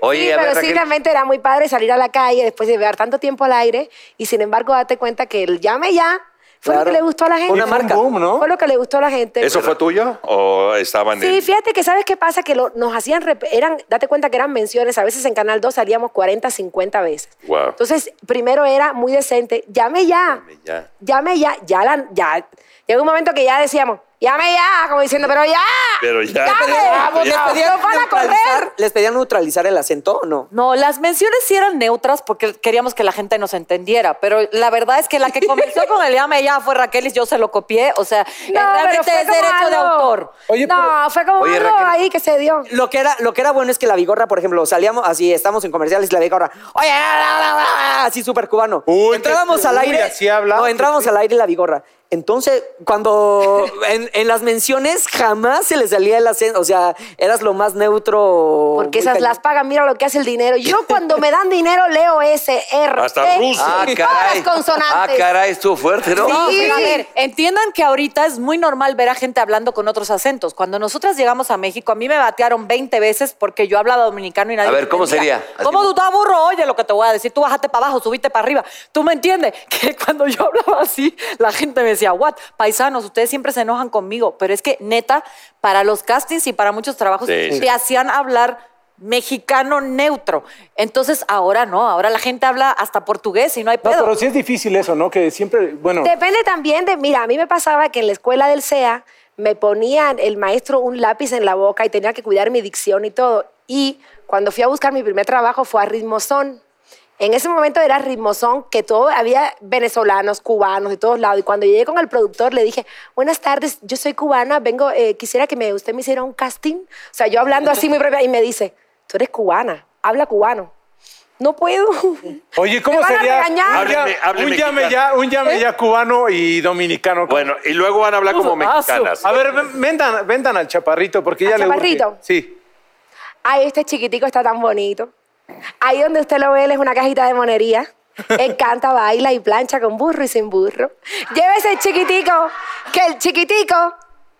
B: Oye,
F: Sí,
B: a ver,
F: pero sí,
B: Raquel,
F: realmente era muy padre salir a la calle después de llevar tanto tiempo al aire y sin embargo darte cuenta que el llame ya fue lo
A: Claro.
F: que le gustó a la gente.
A: Una
D: Y fue un
A: marca.
D: boom, ¿no?
F: Fue lo que le gustó a la gente.
C: ¿Eso fue tuyo o estaban en...?
F: Sí, fíjate que sabes qué pasa, que lo- nos hacían, rep- eran, date cuenta que eran menciones, a veces en Canal 2 salíamos 40, 50 veces.
C: Guau.
F: Entonces, primero era muy decente, llame ya,
C: Llame ya.
F: llame ya, ya, la, ya. Llegó un momento que ya decíamos, llame ya, como diciendo, pero ya,
C: Pero ya.
F: llame,
D: Ah,
C: Pero
A: ¿Les
C: ya.
A: pedían,
F: nos van a correr.
A: neutralizar, ¿Les pedían neutralizar el acento o no?
E: No, las menciones sí eran neutras porque queríamos que la gente nos entendiera, pero la verdad es que la que comenzó con el llame ya fue Raquel y yo se lo copié, o sea,
F: No, pero
E: realmente
F: fue
E: es
F: como
E: derecho de
F: algo-
E: autor.
D: Oye,
F: no,
D: pero-
F: fue como
B: Oye,
F: algo
B: Raquel.
F: ahí que se dio.
A: Lo que, era, lo que era bueno es que la vigorra, por ejemplo, salíamos así, estamos en comerciales, la vigorra, oye, así súper cubano.
D: Uy,
A: entrábamos
D: qué-
A: al
D: uy,
A: aire.
D: así habla.
A: No, entrábamos al aire y la vigorra. Entonces, cuando en, en las menciones jamás se les salía el acento, o sea, eras lo más neutro.
F: Porque
A: muy
F: esas
A: cañón.
F: las pagan, mira lo que hace el dinero. Yo cuando me dan dinero leo S, R,
C: Hasta
F: T,
C: ruso.
B: Ah,
F: todas
B: caray.
F: las consonantes.
B: Ah, caray, estuvo fuerte, ¿no?
E: No,
F: Sí.
E: pero a ver, entiendan que ahorita es muy normal ver a gente hablando con otros acentos. Cuando nosotras llegamos a México, a mí me batearon 20 veces porque yo hablaba dominicano y nadie
B: A ver,
E: me
B: ¿cómo
E: entendía.
B: sería? Así.
E: ¿Cómo tú te burro? Oye, lo que te voy a decir, tú bajaste para abajo, subiste para arriba. ¿Tú me entiendes? Que cuando yo hablaba así, la gente me decía, what, paisanos, ustedes siempre se enojan conmigo. Pero es que, neta, para los castings y para muchos trabajos,
C: Sí, sí.
E: te hacían hablar mexicano neutro. Entonces, ahora no, ahora la gente habla hasta portugués y no hay
D: No,
E: pedo.
D: pero sí es difícil eso, ¿no? Que siempre, bueno,
F: Depende también de, mira, a mí me pasaba que en la escuela del SEA me ponían el maestro un lápiz en la boca y tenía que cuidar mi dicción y todo. Y cuando fui a buscar mi primer trabajo fue a Ritmozón. En ese momento era Ritmozón, que todo, había venezolanos, cubanos, de todos lados. Y cuando llegué con el productor le dije, buenas tardes, yo soy cubana, vengo, eh, quisiera que me, usted me hiciera un casting. O sea, yo hablando así muy propia y me dice, tú eres cubana, habla cubano. No puedo.
D: oye, ¿cómo
F: me van a
D: sería?
F: regañar.
D: Un, ya-
C: Hábleme-
D: un
C: hábleme
D: llame
C: mexicano.
D: ya, un llame
A: ¿Eh?
D: ya cubano y dominicano.
C: Bueno, y luego van a hablar como mexicanas.
D: A ver, ven- vendan, vendan al chaparrito porque ya
F: ¿Al
D: le urge.
F: chaparrito?
D: Sí.
F: Ay, este chiquitico está tan bonito. Ahí donde usted lo ve, él es una cajita de monería. Él canta, baila y plancha con burro y sin burro. Llévese el chiquitico, que el chiquitico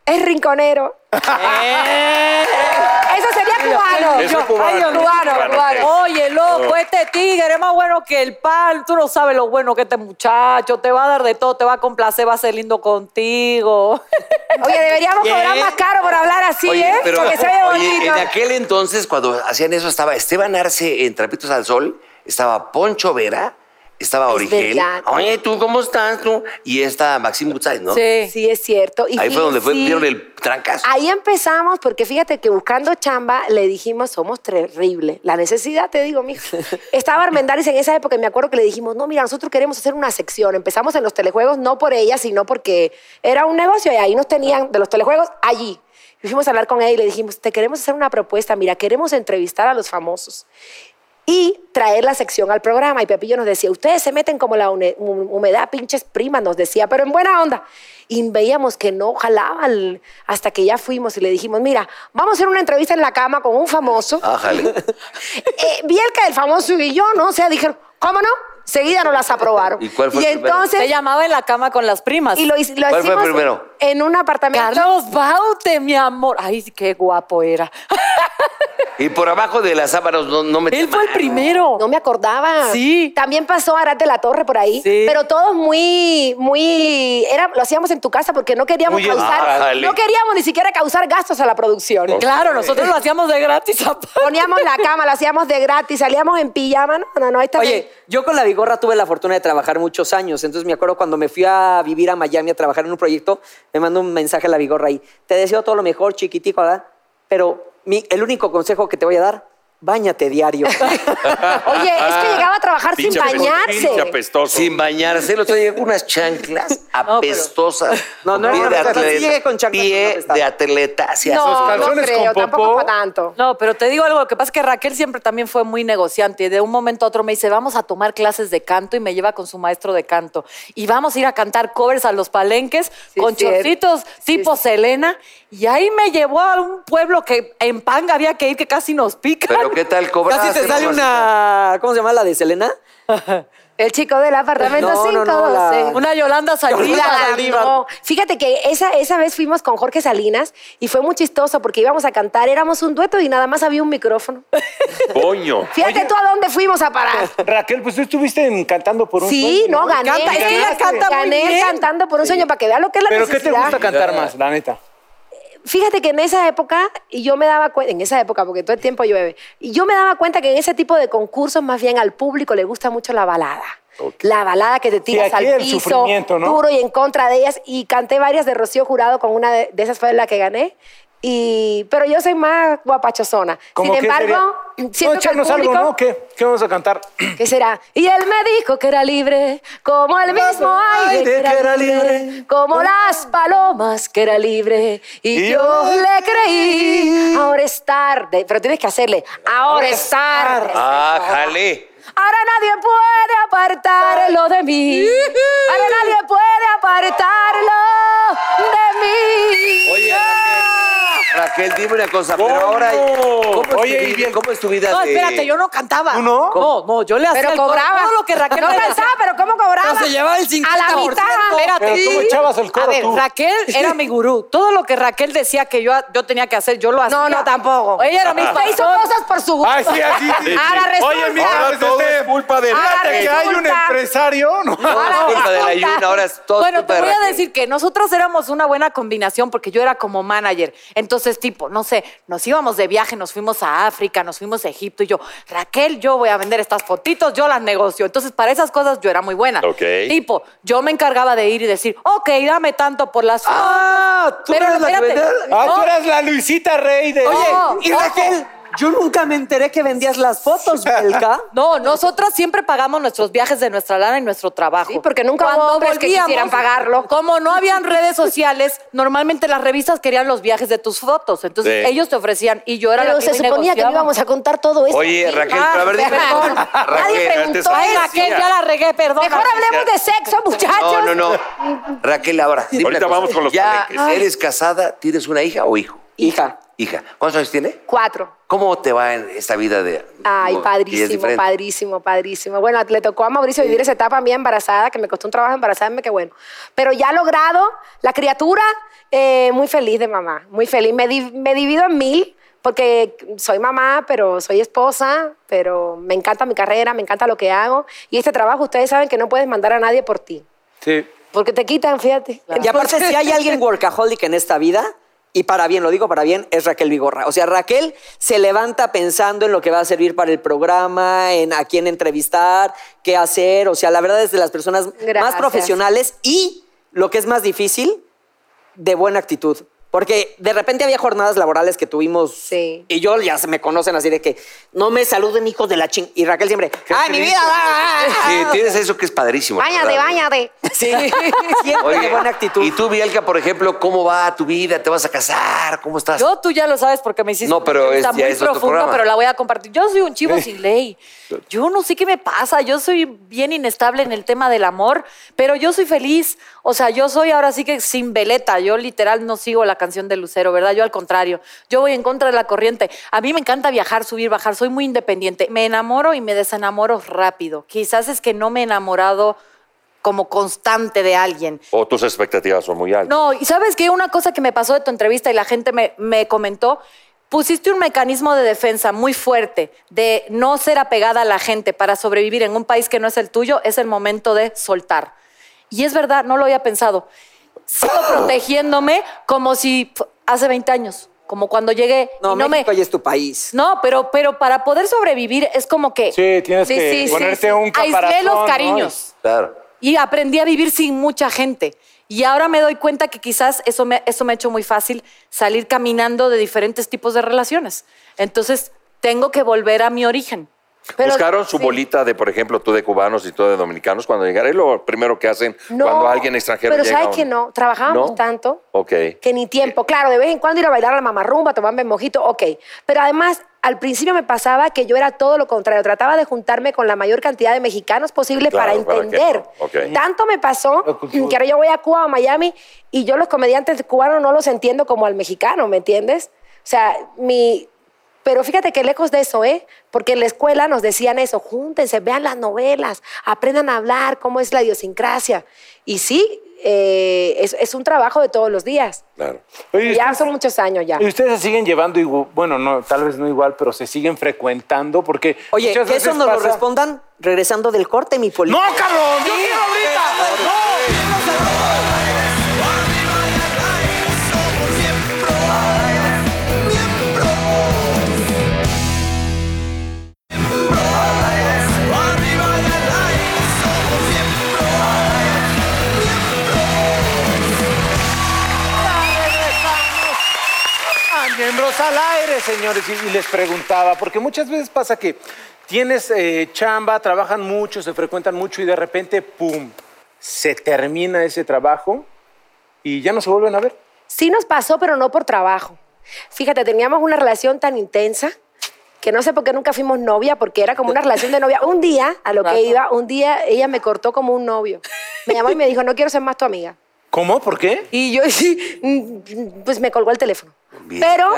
F: es rinconero. Eso sería cubano.
C: Eso es cubano.
E: Ay, Dios
F: Cubano,
E: mío.
F: cubano.
E: Oye, loco, este tigre es más bueno que el pal. Tú no sabes lo bueno que este muchacho. Te va a dar de todo, te va a complacer, va a ser lindo contigo.
F: Oye, deberíamos cobrar más caro por hablar así,
B: Oye,
F: ¿eh?
B: pero-
F: Porque se ve
B: oye,
F: bonito.
B: en aquel entonces, cuando hacían eso, estaba Esteban Arce en Trapitos al Sol, estaba Poncho Vera, estaba
F: Es
B: Origel.
F: verdad.
B: Oye, ¿tú cómo estás? tú? Y esta Maxim Butzai, ¿no?
E: Sí.
F: Sí, es cierto. Y
B: Ahí
F: sí,
B: fue donde fue,
F: sí.
B: vieron el trancazo.
F: Ahí empezamos, porque fíjate que buscando chamba le dijimos, somos terribles. La necesidad, te digo, mijo. Estaba Armendáriz en esa época y me acuerdo que le dijimos, no, mira, nosotros queremos hacer una sección. Empezamos en los telejuegos, no por ella, sino porque era un negocio y ahí nos tenían de los telejuegos allí. Y fuimos a hablar con ella y le dijimos, te queremos hacer una propuesta, mira, queremos entrevistar a los famosos y traer la sección al programa. Y Pepillo nos decía, ustedes se meten como la hune- hum- humedad, pinches primas, nos decía, pero en buena onda. Y veíamos que no jalaban hasta que ya fuimos y le dijimos, mira, vamos a hacer una entrevista en la cama con un famoso.
B: Ájale.
F: Eh, vi el que el famoso y yo, ¿no? O sea, dijeron, ¿cómo no? Seguida nos las aprobaron.
B: ¿Y cuál fue el primero?
F: entonces,
E: Te llamaba en la cama con las primas.
F: y lo, hic-
B: ¿Cuál
F: lo
B: fue el
F: hicimos
B: primero?
F: en un apartamento.
E: Carlos Baute, mi amor. Ay, qué guapo era.
B: Y por abajo de las sábanas no, no me
E: Él fue el primero.
F: No me acordaba.
E: Sí.
F: También pasó Arad de la Torre por ahí.
E: Sí.
F: Pero todos muy, muy. Era, lo hacíamos en tu casa porque no queríamos
D: Muy
F: causar.
B: ájale.
F: No queríamos ni siquiera causar gastos a la producción.
E: Claro, nosotros lo hacíamos de gratis. aparte.
F: Poníamos la cama, lo hacíamos de gratis, salíamos en pijama. No, no, no, ahí está.
A: Oye, yo con la Vigorra tuve la fortuna de trabajar muchos años. Entonces me acuerdo cuando me fui a vivir a Miami a trabajar en un proyecto, me mandó un mensaje a la Vigorra ahí. Te deseo todo lo mejor, chiquitico, ¿verdad? Pero mi- el único consejo que te voy a dar, báñate diario.
F: Oye, es que llegaba a trabajar sin
C: Pinche apestoso, Pinche
F: bañarse.
C: apestoso.
B: Sin bañarse, el otro día llegó unas chanclas apestosas.
A: No, no era
B: Pie
A: una
B: de
A: apestosas,
B: atleta,
A: sigue con chanclas
B: Pie
A: apestadas.
B: de atleta. hacia
D: Los
F: No, no
D: calzones
F: creo,
D: con
F: tampoco
D: popó.
F: para tanto.
E: No, pero te digo algo, lo que pasa es que Raquel siempre también fue muy negociante. y De un momento a otro me dice, vamos a tomar clases de canto y me lleva con su maestro de canto. Y vamos a ir a cantar covers a los palenques
F: Sí,
E: con
F: cierto.
E: chorcitos
F: Sí,
E: tipo
F: sí.
E: Selena. Y ahí me llevó a un pueblo que en Panga había que ir, que casi nos pica.
B: Pero ¿qué tal cobraste?
A: Casi te sale
B: mamacita?
A: una. ¿Cómo se llama la de Selena?
F: El chico del apartamento
A: No, no, no,
F: 512.
A: la-
E: Una Yolanda Saldívar.
F: Mira, no. Fíjate que esa, esa vez fuimos con Jorge Salinas y fue muy chistoso porque íbamos a cantar, éramos un dueto y nada más había un micrófono.
C: Coño.
F: Fíjate tú a dónde fuimos a parar.
D: Raquel, pues tú estuviste en- cantando por un
F: Sí,
D: sueño,
F: no, gané.
E: Canta, es que ella canta muy
F: gané
E: bien.
F: cantando por un sueño para que vea lo que es la
D: ¿Pero qué te
F: necesidad.
D: gusta cantar más, la neta?
F: Fíjate que en esa época, y yo me daba cuenta, en esa época, porque todo el tiempo llueve, y yo me daba cuenta que en ese tipo de concursos más bien al público le gusta mucho la balada. La balada que te tiras
D: aquí
F: al
D: el
F: piso,
D: sufrimiento, ¿no?
F: duro y en contra de ellas. Y canté varias de Rocío Jurado, con una de, de esas fue la que gané. Y, pero yo soy más guapachosona. Sin
D: que
F: embargo,
D: sería-
F: siento
D: no,
F: que al
D: echarnos algo,
F: público-
D: ¿no? ¿Qué, ¿Qué vamos a cantar?
F: ¿Qué será? Y él me dijo que era libre, como el mismo aire que era libre, como las palomas que era libre. Y yo le creí, ahora es tarde. Pero tienes que hacerle, ahora es tarde.
B: Ah, jale.
F: Ahora nadie puede apartarlo de mí. Ahora nadie puede apartarlo de mí. Ah.
B: Oye, Raquel, dime una cosa, pero
D: ¿Cómo?
B: ahora. ¿Cómo
D: Oye,
B: es tu vida?
D: y-
B: ¿Cómo es tu vida?
E: No,
B: de-
E: espérate, yo no cantaba.
D: ¿Tú no?
E: No, no, yo le hacía
F: Pero
E: el coro.
F: cobraba.
E: Todo lo que Raquel
F: no
E: me decía.
F: cantaba, pero ¿cómo cobraba?
A: Pero se llevaba el
F: A la
A: 50%.
F: mitad.
E: Espérate.
D: Pero ¿cómo echabas el coro
E: A ver,
D: tú?
E: Raquel era mi gurú. Todo lo que Raquel decía que yo, yo tenía que hacer, yo lo hacía.
F: No, no, tampoco.
E: Ella era mi
F: Te hizo
E: pastor.
F: cosas por su gusto.
D: Ay, sí, así. sí.
F: Ahora resulta.
D: Oye, mira,
C: Ahora
D: pues,
C: todo
D: este-
C: es culpa de
F: Ahora
D: Fíjate que hay un
F: resulta-
D: empresario, ¿no?
B: No, es
F: Ahora
B: culpa de la
F: resulta-
B: Yuna, ahora es todo
E: Bueno,
B: culpa
E: te
B: de
E: voy a
B: Raquel.
E: decir que nosotros éramos una buena combinación porque yo era como manager. Entonces, tipo, no sé, nos íbamos de viaje, nos fuimos a África, nos fuimos a Egipto y yo, Raquel, yo voy a vender estas fotitos, yo las negocio. Entonces, para esas cosas yo era muy buena.
C: Ok.
E: Tipo, yo me encargaba de ir y decir, ok, dame tanto por las...
A: ¡Ah! ¿Tú
E: Pero
A: eres la que
E: espérate.
A: vendía-
D: Ah,
E: No.
D: tú eras la Luisita Rey de...
A: Oye,
E: No,
A: y
E: ojo.
A: Raquel, yo nunca me enteré que vendías las fotos, Belka.
E: No, nosotras siempre pagamos nuestros viajes de nuestra lana y nuestro trabajo.
F: Sí, porque nunca hubo hombres que quisieran pagarlo.
E: Como no habían redes sociales, normalmente las revistas querían los viajes de tus fotos. Entonces
C: Sí.
E: ellos te ofrecían y yo era
F: Pero
E: la que
F: se
E: me
F: suponía que no
E: negociaba.
F: íbamos a contar todo eso.
B: Oye, Raquel, pero a ver, dime.
F: perdón. Nadie
B: Raquel,
C: antes-
F: preguntó
E: Ay,
C: Pues,
F: eso.
E: Raquel,
C: mira.
E: ya la regué, perdón.
F: Mejor hablemos de sexo, muchachos.
B: No, no, no. Raquel, ahora. dime
C: Ahorita
B: una cosa.
C: vamos con los
B: ¿Ya
C: palenques.
B: eres casada? ¿Tienes una hija o hijo?
A: Hija.
B: Hija, ¿cuántos años tiene?
F: Cuatro.
B: ¿Cómo te va en esta vida de...
F: Ay,
B: como- que es
F: padrísimo,
B: diferente?
F: padrísimo, padrísimo. Bueno, le tocó a Mauricio vivir esa etapa mía embarazada, que me costó un trabajo embarazarme, que bueno. Pero ya logrado, la criatura, eh, muy feliz de mamá, muy feliz. Me, di- me divido en mil, porque soy mamá, pero soy esposa, pero me encanta mi carrera, me encanta lo que hago. Y este trabajo, ustedes saben que no puedes mandar a nadie por ti,
D: Sí.
F: porque te quitan, fíjate.
A: Y aparte, si hay alguien workaholic en esta vida, y para bien, lo digo para bien, es Raquel Vigorra. O sea, Raquel se levanta pensando en lo que va a servir para el programa, en a quién entrevistar, qué hacer. O sea, la verdad es de las personas más
F: Gracias.
A: profesionales y, lo que es más difícil, de buena actitud. Porque de repente había jornadas laborales que tuvimos
F: Sí.
A: y yo ya se me conocen así de que no me saluden hijos de la ching. Y Raquel siempre, ¡ay, mi
D: triste.
A: vida! ah, ah, ah".
B: Sí, tienes eso que es padrísimo.
F: Báñate,
B: ¿verdad?
F: báñate.
A: Sí, siempre
B: Oye,
A: de buena actitud.
B: Y tú, Bielka, por ejemplo, ¿cómo va tu vida? ¿Te vas a casar? ¿Cómo estás?
E: Yo tú ya lo sabes porque me hiciste
B: No, pero
E: una
B: es-
E: entrevista
B: ya
E: muy
B: es otro
E: profunda,
B: programa.
E: pero la voy a compartir. Yo soy un chivo sin ley. Yo no sé qué me pasa. Yo soy bien inestable en el tema del amor, pero yo soy feliz. O sea, yo soy ahora sí que sin veleta. Yo literal no sigo la canción de Lucero, ¿verdad? Yo al contrario. Yo voy en contra de la corriente. A mí me encanta viajar, subir, bajar. Soy muy independiente. Me enamoro y me desenamoro rápido. Quizás es que no me he enamorado como constante de alguien.
C: O Oh, tus expectativas son muy altas.
E: No, y sabes que una cosa que me pasó de tu entrevista y la gente me, me comentó, pusiste un mecanismo de defensa muy fuerte de no ser apegada a la gente para sobrevivir en un país que no es el tuyo, es el momento de soltar. Y es verdad, no lo había pensado. Sigo protegiéndome como si fu- hace 20 años, como cuando llegué.
A: no,
E: y no
A: México
E: me...
A: ya es tu país.
E: No, pero, pero para poder sobrevivir es como que
D: Sí, tienes
F: Sí,
D: que
F: sí, sí,
D: ponerte
F: sí.
D: un caparazón.
E: aislé
D: ¿no?
E: los cariños
B: Claro.
E: y aprendí a vivir sin mucha gente. Y ahora me doy cuenta que quizás eso me, eso me ha hecho muy fácil salir caminando de diferentes tipos de relaciones. Entonces, tengo que volver a mi origen.
F: Pero-
C: Buscaron su
F: sí.
C: bolita de, por ejemplo, tú de cubanos y tú de dominicanos cuando llegaron. Es lo primero que hacen
F: No,
C: cuando alguien extranjero
F: pero
C: llega.
F: ¿sabes que no? Trabajábamos tanto.
C: Ok.
F: que ni
C: Eh,
F: tiempo. Claro, de vez en cuando ir a bailar a la mamarrumba, tomarme mojito, ok. Pero además, al principio me pasaba que yo era todo lo contrario. Trataba de juntarme con la mayor cantidad de mexicanos posible
C: Claro,
F: para
C: para que
F: entender.
C: no, ok.
F: Tanto me pasó
D: La cultura.
F: que ahora yo voy a Cuba o Miami y yo los comediantes cubanos no los entiendo como al mexicano, ¿me entiendes? O sea, mi... Pero fíjate que lejos de eso, ¿eh? Porque en la escuela nos decían eso, júntense, vean las novelas, aprendan a hablar, cómo es la idiosincrasia. Y sí, eh, es- es un trabajo de todos los días.
C: Claro.
D: Oye,
F: Ya
D: ustedes-
F: son muchos años ya.
D: Y ustedes se siguen llevando, igu- bueno, no, tal vez no igual, pero se siguen frecuentando porque.
A: Oye,
D: muchas
A: que eso
D: veces
A: nos lo
D: pasa-
A: respondan regresando del corte, mi poli.
D: ¡No, cabrón! ¡Yo quiero ahorita! ¡No! Miembros al aire, señores, y, y les preguntaba, porque muchas veces pasa que tienes eh, chamba, trabajan mucho, se frecuentan mucho y de repente, ¡pum!, se termina ese trabajo y ya no se vuelven a ver.
F: Sí nos pasó, pero no por trabajo. Fíjate, teníamos una relación tan intensa que no sé por qué nunca fuimos novia, porque era como una relación de novia. Un día, a lo que iba, un día ella me cortó como un novio. Me llamó y me dijo, no quiero ser más tu amiga.
D: ¿Cómo? ¿Por qué?
F: Y yo, sí, mm, pues me colgó el teléfono.
B: Mira.
F: Pero,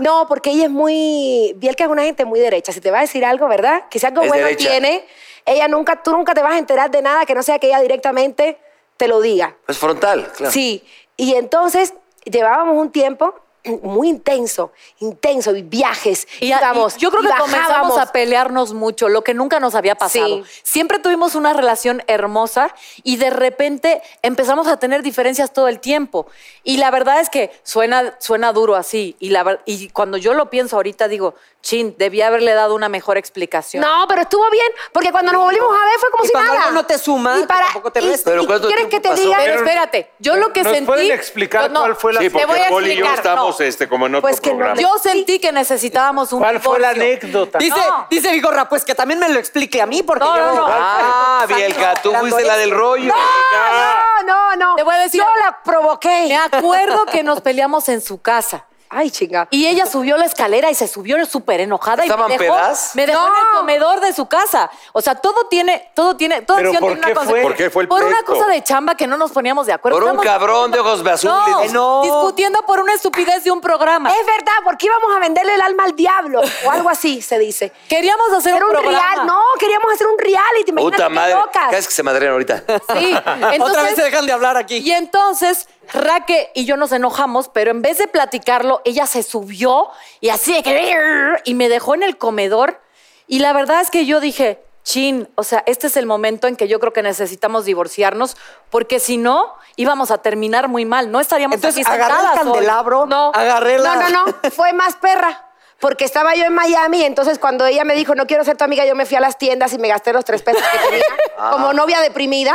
F: no, porque ella es muy, Bielka es una gente muy derecha. Si te va a decir algo, ¿verdad? Que si algo
B: Es
F: bueno
B: derecha.
F: tiene, ella nunca, tú nunca te vas a enterar de nada que no sea que ella directamente te lo diga.
B: Es frontal, claro.
F: Sí, y entonces llevábamos un tiempo muy intenso, intenso, y viajes,
E: Y, a- y
F: íbamos,
E: yo creo
F: y
E: que comenzamos
F: bajábamos.
E: a pelearnos mucho, lo que nunca nos había pasado.
F: Sí.
E: Siempre tuvimos una relación hermosa y de repente empezamos a tener diferencias todo el tiempo. Y la verdad es que suena, suena duro así. Y, la, ver- y cuando yo lo pienso ahorita digo, chin, debía haberle dado una mejor explicación.
F: No, pero estuvo bien, porque cuando nos volvimos a ver fue como
A: Y
F: si
A: cuando
F: nada.
A: algo no te suma,
F: Y para-
A: tampoco te
F: y-
A: resta.
B: Pero
F: y
B: ¿cuánto
F: ¿Quieres que
B: tiempo
F: te
B: pasó?
F: diga?
E: Pero espérate, yo lo que
D: ¿Nos
E: sentí.
D: pueden explicar
E: Yo no,
D: cuál fue la-
C: Sí,
E: te
C: porque
E: voy a
C: Paul y yo
E: explicar,
C: estamos
E: no.
C: este, como en otro
F: Pues que no
C: programa.
F: le-
E: Yo sentí que necesitábamos un
D: ¿Cuál fue la
E: divorcio.
D: anécdota?
A: Dice,
E: No.
A: dice Vigorra, pues que también me lo explique a mí, porque
E: No,
A: yo
E: no, no.
B: Ah, Bielka, tú fuiste la del rollo.
F: No, no, no.
E: Te voy a decir
F: Yo
E: algo.
F: la provoqué.
E: Me acuerdo que nos peleamos en su casa.
F: Ay, chinga.
E: Y ella subió la escalera y se subió súper enojada.
B: ¿Estaban
E: y me dejó,
B: pedas?
E: Me dejó en el comedor de su casa. O sea, todo tiene, todo tiene, toda
D: ¿Pero
E: acción
D: por
E: tiene
D: qué fue?
E: una consecuencia.
D: ¿Por qué fue el
E: Por una
D: pleito?
E: cosa de chamba que no nos poníamos de acuerdo.
B: Por un
E: Estábamos
B: cabrón de ojos
E: discutiendo-
B: azules.
E: No,
A: No.
E: discutiendo por una estupidez de un programa.
F: Es verdad, porque íbamos a venderle el alma al diablo o algo así, se dice.
E: Queríamos hacer
F: Era
E: un,
F: un
E: programa.
F: real, no, queríamos hacer un reality, imagínate
B: Puta
F: qué
B: madre.
F: locas.
B: Cada vez que se madrean ahorita.
E: Sí.
A: Otra vez
E: Entonces,
A: se dejan de hablar aquí.
E: Y entonces Raque y yo nos enojamos, pero en vez de platicarlo, ella se subió y así de que... Y me dejó en el comedor. Y la verdad es que yo dije, chin, o sea, este es el momento en que yo creo que necesitamos divorciarnos, porque si no, íbamos a terminar muy mal. No estaríamos
A: Entonces
E: aquí
A: agarré el
E: sentadas hoy.
A: candelabro,
E: No.
A: agarré la...
F: No, no, no, fue más perra. Porque estaba yo en Miami, entonces cuando ella me dijo, no quiero ser tu amiga, yo me fui a las tiendas y me gasté los tres pesos que tenía como novia deprimida.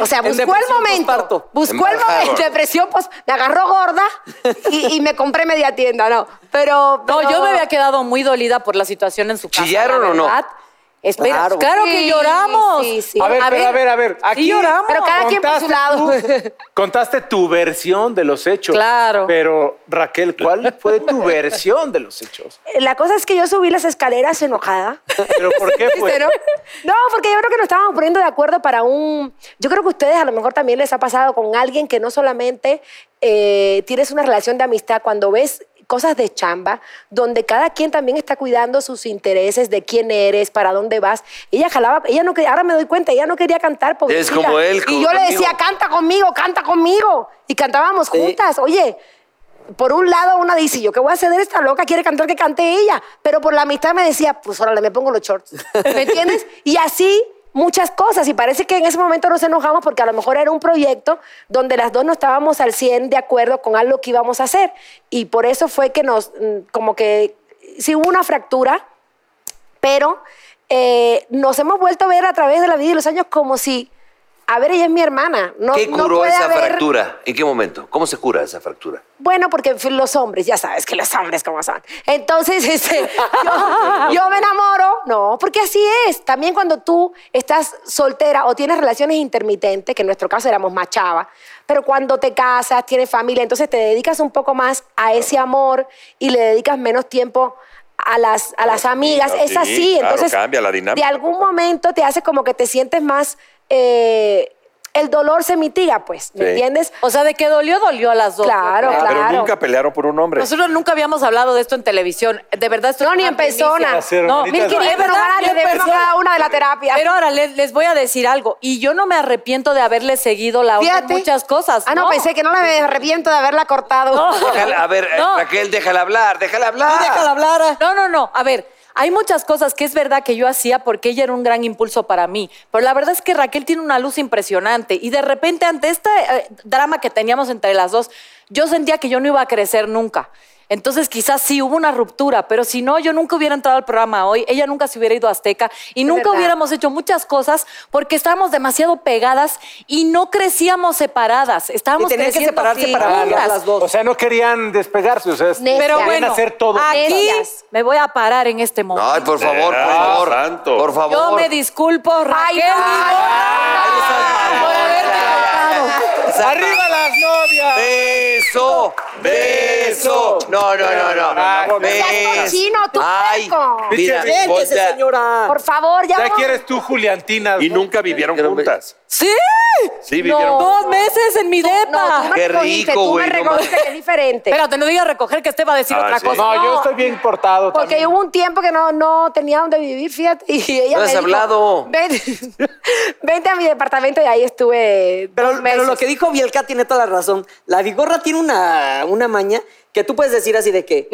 F: O
A: Ah.
F: sea,
A: En
F: buscó el
A: depresión
F: momento.
A: postparto.
F: Buscó el momento.
B: Embarazada.
F: Depresión, pues me agarró gorda y, y me compré media tienda, no. Pero.
E: No,
F: pero-
E: yo me había quedado muy dolida por la situación en su casa.
B: ¿Chillaron
E: la
B: o no?
E: verdad. Espera, claro,
A: Claro.
E: que
F: Sí,
E: lloramos.
F: sí, sí.
D: A ver, pero a ver, a ver. Aquí
E: sí lloramos.
F: Pero cada quien por su lado.
D: Contaste tú- Contaste tu versión de los hechos.
E: Claro.
D: Pero, Raquel, ¿cuál fue tu versión de los hechos?
F: La cosa es que yo subí las escaleras enojada.
D: ¿Pero por qué fue?
F: ¿Sincero? No, porque yo creo que nos estábamos poniendo de acuerdo para un... Yo creo que a ustedes a lo mejor también les ha pasado con alguien que no solamente eh, tienes una relación de amistad cuando ves cosas de chamba, donde cada quien también está cuidando sus intereses, de quién eres, para dónde vas. Ella jalaba, ella no quería, ahora me doy cuenta, ella no quería cantar, pobrecita.
B: como él,
F: Y
B: como
F: yo le
B: conmigo.
F: decía, canta conmigo, canta conmigo. Y cantábamos juntas. Oye, por un lado una dice, yo qué voy a ceder esta loca, quiere cantar que cante ella, pero por la amistad me decía, pues órale, me pongo los shorts. ¿Me entiendes? Y así muchas cosas y parece que en ese momento nos enojamos porque a lo mejor era un proyecto donde las dos no estábamos al 100 de acuerdo con algo que íbamos a hacer y por eso fue que nos mm, como que sí hubo una fractura pero eh, nos hemos vuelto a ver a través de la vida y los años como si, a ver, ella es mi hermana. No,
B: ¿Qué
F: no
B: curó
F: puede
B: esa
F: haber-
B: fractura? ¿En qué momento? ¿Cómo se cura esa fractura?
F: Bueno, porque en fin, los hombres, ya sabes que los hombres como son. Entonces, este, yo, yo me enamoro. No, porque así es. También cuando tú estás soltera o tienes relaciones intermitentes, que en nuestro caso éramos más chava, pero cuando te casas, tienes familia, entonces te dedicas un poco más a ese amor y le dedicas menos tiempo a las, a las amigas.
C: amigas,
F: es
C: sí,
F: así.
C: claro,
F: entonces,
C: cambia la dinámica.
F: de algún momento te hace como que te sientes más... eh, el dolor se mitiga, pues, ¿me
C: Sí.
F: entiendes?
E: O sea, de que dolió, dolió a las dos. yo
F: Claro,
E: creo.
F: claro.
C: Ah, Pero nunca pelearon por un hombre.
E: Nosotros nunca habíamos hablado de esto en televisión. De verdad, esto
F: No,
E: es
F: ni
E: una
F: en persona.
E: primicia.
D: Las hermanitas-
E: No,
F: 1500
E: es verdad,
F: hogares
E: ni
F: le
E: en
F: debemos
E: persona.
F: cada una de la terapia.
E: Pero ahora les, les voy a decir algo. Y yo no me arrepiento de haberle seguido la onda en
F: Fíjate.
E: muchas cosas.
F: Ah, no, pensé que no me arrepiento de haberla cortado.
B: Déjala- a ver, eh,
E: No.
B: Raquel, déjala hablar, déjala
A: Ah,
B: hablar.
A: déjala hablar. ah.
E: No, no, no. A ver, hay muchas cosas que es verdad que yo hacía porque ella era un gran impulso para mí. Pero la verdad es que Raquel tiene una luz impresionante. Y de repente, ante este eh, drama que teníamos entre las dos, yo sentía que yo no iba a crecer nunca. Entonces quizás sí hubo una ruptura, pero si no, yo nunca hubiera entrado al programa hoy, ella nunca se hubiera ido a Azteca y nunca
F: verdad.
E: hubiéramos hecho muchas cosas porque estábamos demasiado pegadas y no crecíamos separadas, estábamos
A: Y tenían que
E: creciendo
A: separarse
E: juntas.
A: para hablar las dos.
D: O sea, no querían despegarse. O sea,
F: Necias.
E: Pero
F: Querían
E: bueno,
D: hacer todo.
E: aquí
F: Necias.
E: me voy a parar en este momento.
B: Ay, por favor, por
C: Ah,
B: favor.
C: santo.
B: Por favor.
E: Yo me disculpo, Raquel. por haberte contado.
D: ¡Arriba las novias!
B: Beso, beso. No, no, no, no.
C: Ah,
D: Ay, no
F: seas cochino, tú,
B: Ay,
F: puerco.
B: mira,
D: Pinche
A: Siéntese,
B: voltea.
A: señora.
F: Por favor, ya.
D: Ya
F: vamos.
D: quieres tú, Juliantina.
C: Y nunca vivieron
B: Pero-
C: juntas.
E: ¡Sí!
C: Sí, vivieron
E: Dos meses en mi depa.
F: No, tú me
B: Qué
F: recogiste,
B: rico,
F: tú
B: güey,
F: me
B: no
F: recogiste, que es diferente.
E: Espérate, no digas recoger que este va a decir
C: Ah,
E: otra
C: sí.
E: cosa.
D: No, yo
F: No.
D: estoy bien cortado
F: Porque
D: también.
F: hubo un tiempo que no, no tenía dónde vivir, fíjate. Y ella
B: No
F: me
B: has
F: dijo,
B: hablado.
F: Ven, vente a mi departamento y ahí estuve
A: Pero,
F: dos
A: pero
F: meses.
A: lo que dijo Bielka tiene toda la razón. La vigorra tiene una, una maña que tú puedes decir así de que,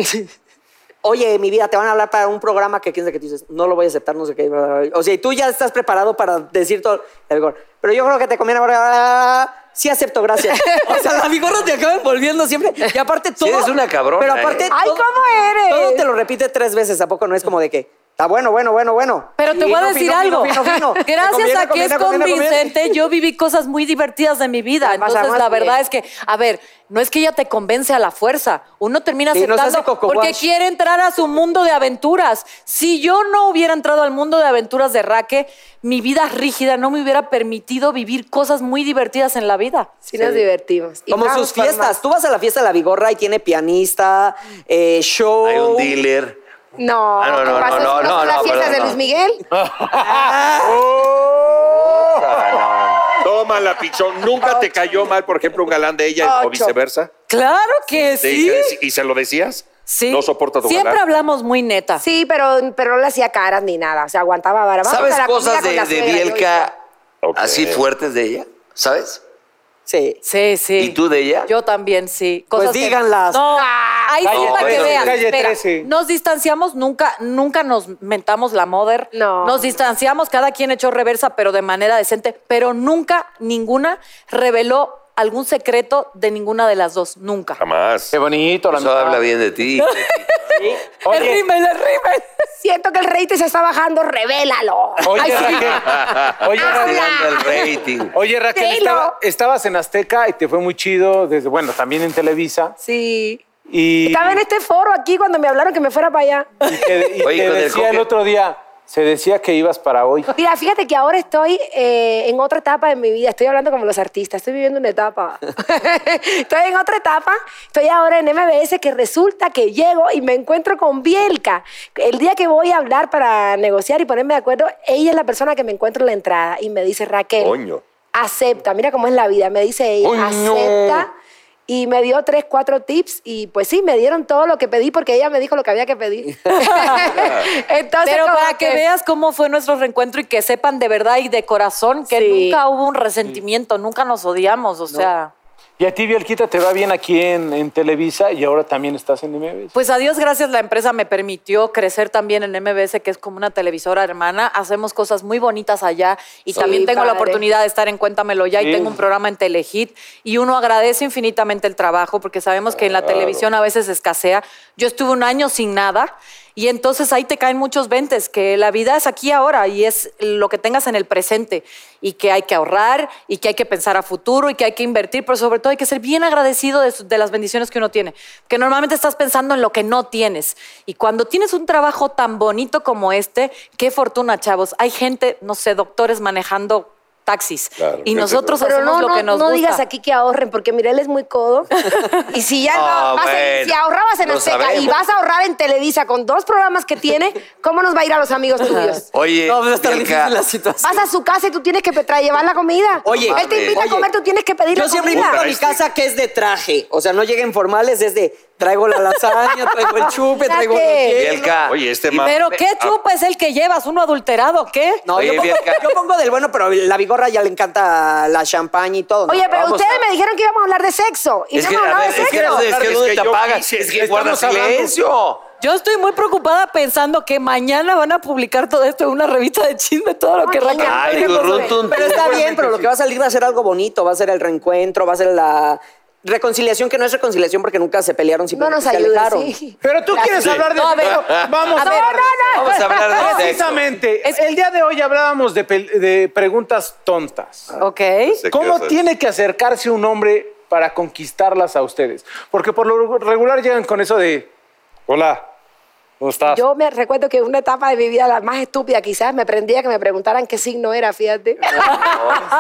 A: oye, mi vida, te van a hablar para un programa que quién sabe que tú dices, no lo voy a aceptar, no sé qué. bla, bla, bla". O sea, y tú ya estás preparado para decir todo. La vigorra. Pero yo creo que te conviene. bla, bla, bla". Sí acepto, gracias. O sea, la vigorra te acaba envolviendo siempre. Y aparte todo...
B: eres una cabrona,
A: Pero
B: ¿eh?
A: aparte...
F: Ay,
A: todo-
F: ¿cómo eres?
A: Todo te lo repite tres veces, ¿a poco no es como de que... Está bueno, bueno, bueno, bueno.
E: Pero te voy a
A: Fino,
E: decir
A: fino,
E: algo.
A: fino, fino, fino.
E: Gracias
A: Conviene,
E: a que
A: conviene,
E: es
A: conviene, conviene.
E: convincente, yo viví cosas muy divertidas de mi vida.
F: La
E: Entonces,
F: pasamos
E: la verdad
F: bien.
E: es que, a ver, no es que ella te convence a la fuerza. Uno termina
A: Sí, nos hace
E: aceptando
A: coco
E: porque
A: wash.
E: quiere entrar a su mundo de aventuras. Si yo no hubiera entrado al mundo de aventuras de Raque, mi vida rígida no me hubiera permitido vivir cosas muy divertidas en la vida.
F: Sí, nos
A: Sí.
F: divertimos. Y
A: Como
F: vamos
A: sus
F: por
A: fiestas.
F: más.
A: Tú vas a la fiesta de la Vigorra y tiene pianista, eh, show.
B: Hay un dealer.
F: No,
B: Ah, no,
F: ¿qué
B: no,
F: pasó?
B: no, no,
F: son
B: no,
F: las
B: no,
F: fiestas
B: perdón,
F: de
B: no.
F: Luis Miguel?
C: Toma la pichón. ¿Nunca te cayó mal, por ejemplo, un galán de ella o
F: Ocho.
C: viceversa?
E: Claro que
C: Te-
E: sí.
C: ¿Y se lo decías?
E: Sí.
C: No soporta tu
E: Siempre
C: galán.
E: hablamos muy neta.
F: Sí, pero, pero no le hacía caras ni nada. O sea, aguantaba vara. Vamos
B: ¿Sabes
F: a la
B: cosas
F: comida
B: de,
F: con la
B: de
F: suegra, yo
B: Bielka
C: Ok.
B: así fuertes de ella? ¿Sabes?
A: Sí.
E: Sí, sí.
B: ¿Y tú de ella?
E: Yo también, sí.
A: Pues
E: que-
A: díganlas.
E: No, ahí sí
B: Calle
E: para que
B: 13.
E: vean.
D: Calle
E: Espera,
D: 13.
E: Nos distanciamos, nunca, nunca nos mentamos la moder.
F: No.
E: Nos distanciamos, cada quien echó reversa, pero de manera decente. Pero nunca ninguna reveló algún secreto de ninguna de las dos. Nunca.
C: Jamás.
D: Qué bonito la
B: Eso
D: amistad.
B: Pues habla bien de ti.
E: El rímel, el rímel.
F: Siento que el rating se está bajando, revélalo. Ay,
D: Oye,
F: sí.
D: Raquel. Oye,
F: Habla.
D: Raquel.
B: Tirando el rating.
D: Oye, Raquel,
F: Dilo.
D: estaba- estabas en Azteca y te fue muy chido desde, bueno, también en Televisa.
F: Sí.
D: Y,
F: Estaba en este foro aquí cuando me hablaron que me fuera para allá.
D: y te, y
B: Oye,
D: te
B: con el
D: decía el
B: coque.
D: otro día, se decía que ibas para hoy.
F: Mira, fíjate que ahora estoy eh, en otra etapa de mi vida. Estoy hablando como los artistas, estoy viviendo una etapa. estoy en otra etapa. Estoy ahora en MBS que resulta que llego y me encuentro con Bielka. El día que voy a hablar para negociar y ponerme de acuerdo, ella es la persona que me encuentro en la entrada y me dice, Raquel,
C: Coño.
F: acepta. Mira cómo es la vida, me dice ella,
C: Coño.
F: acepta. Y me dio tres, cuatro tips y pues sí, me dieron todo lo que pedí porque ella me dijo lo que había que pedir. Entonces,
E: Pero
F: como
E: para que veas cómo fue nuestro reencuentro y que sepan de verdad y de corazón que
F: Sí.
E: nunca hubo un resentimiento, nunca nos odiamos, o sea.
D: Y a ti, Bielquita, te va bien aquí en, en Televisa y ahora también estás en MBS.
E: Pues a Dios gracias, la empresa me permitió crecer también en MBS, que es como una televisora hermana. Hacemos cosas muy bonitas allá y también tengo la
F: padre.
E: oportunidad de estar en Cuéntamelo Ya
D: Sí.
E: y tengo un programa en Telehit y uno agradece infinitamente el trabajo porque sabemos que en la televisión a veces escasea. Yo estuve un año sin nada y entonces ahí te caen muchos ventes, que la vida es aquí ahora y es lo que tengas en el presente y que hay que ahorrar y que hay que pensar a futuro y que hay que invertir, pero sobre todo hay que ser bien agradecido de, su- de las bendiciones que uno tiene, que normalmente estás pensando en lo que no tienes. Y cuando tienes un trabajo tan bonito como este, qué fortuna, chavos. Hay gente, no sé, doctores manejando taxis
C: Claro,
E: y
C: gente-
E: nosotros
F: Pero
E: hacemos
F: no,
E: lo
F: no,
E: que nos
F: no
E: gusta.
F: digas aquí que ahorren, porque Mirel es muy codo. y si ya
B: Ah,
F: no, vas en-
B: bueno,
F: si ahorrabas en
B: lo
F: Azteca y
B: sabemos.
F: vas a ahorrar en Televisa con dos programas que tiene, ¿cómo nos va a ir a los amigos tuyos?
B: Oye,
A: No, va a estar
B: Bielka,
A: difícil la situación.
F: Vas a su casa y tú tienes que pe- tra- llevar la comida.
A: Oye,
F: él te invita
A: oye,
F: a comer, tú tienes que pedir
A: Yo
F: la
A: siempre
F: comida.
A: invito a mi casa que es de traje. O sea, no lleguen formales, es de traigo la lasaña, traigo el chupe, traigo
F: Fíjate.
A: el hielo.
B: Bielka.
C: Oye, este
B: y-
C: ma-
E: Pero
B: ah.
E: qué chupa es el que llevas, uno adulterado, ¿qué?
A: No,
B: Oye,
A: yo, pongo,
B: Bielka.
A: yo pongo del bueno, pero la vigorra ya le encanta la champaña y todo. ¿no?
F: Oye, pero
B: Vamos
F: ustedes
B: a-
F: me dijeron que íbamos a hablar de sexo. Y
B: Es
F: no
B: que,
F: hemos
B: a
F: hablado
B: ver,
F: de
B: es que,
F: sexo.
B: no- es que
C: Es
B: ¿dónde
C: que
B: te
C: yo
B: apagas?
C: quise-
B: Es que
C: estamos
B: guardas
C: hablando.
B: silencio.
E: Yo estoy muy preocupada pensando que mañana van a publicar todo esto en una revista de chisme, todo lo que
F: Ay,
E: Raquel.
B: Ay,
E: Raquel nos
B: turrún,
E: ve.
B: tun,
A: Pero
B: tun.
A: está bien, pero lo que va a salir va a ser algo bonito, va a ser el reencuentro, va a ser la reconciliación, que no es reconciliación porque nunca se pelearon,
F: No
A: simplemente
F: nos
A: se
F: ayudes.
A: alejaron.
F: sí.
D: Pero tú quieres hablar de
E: No, a ver.
D: sexo. Vamos
E: A ver. No, no,
B: Vamos a hablar de sexo.
D: Precisamente, el día de hoy hablábamos de, pel- de preguntas tontas.
E: Ok.
C: Sé que
D: ¿Cómo
C: vas a-
D: tiene que acercarse un hombre para conquistarlas a ustedes? Porque por lo regular llegan con eso de, hola, ¿cómo estás?
F: Yo me recuerdo que una etapa de mi vida, la más estúpida quizás, me prendía que me preguntaran qué signo era,
D: ¿En
F: fíjate.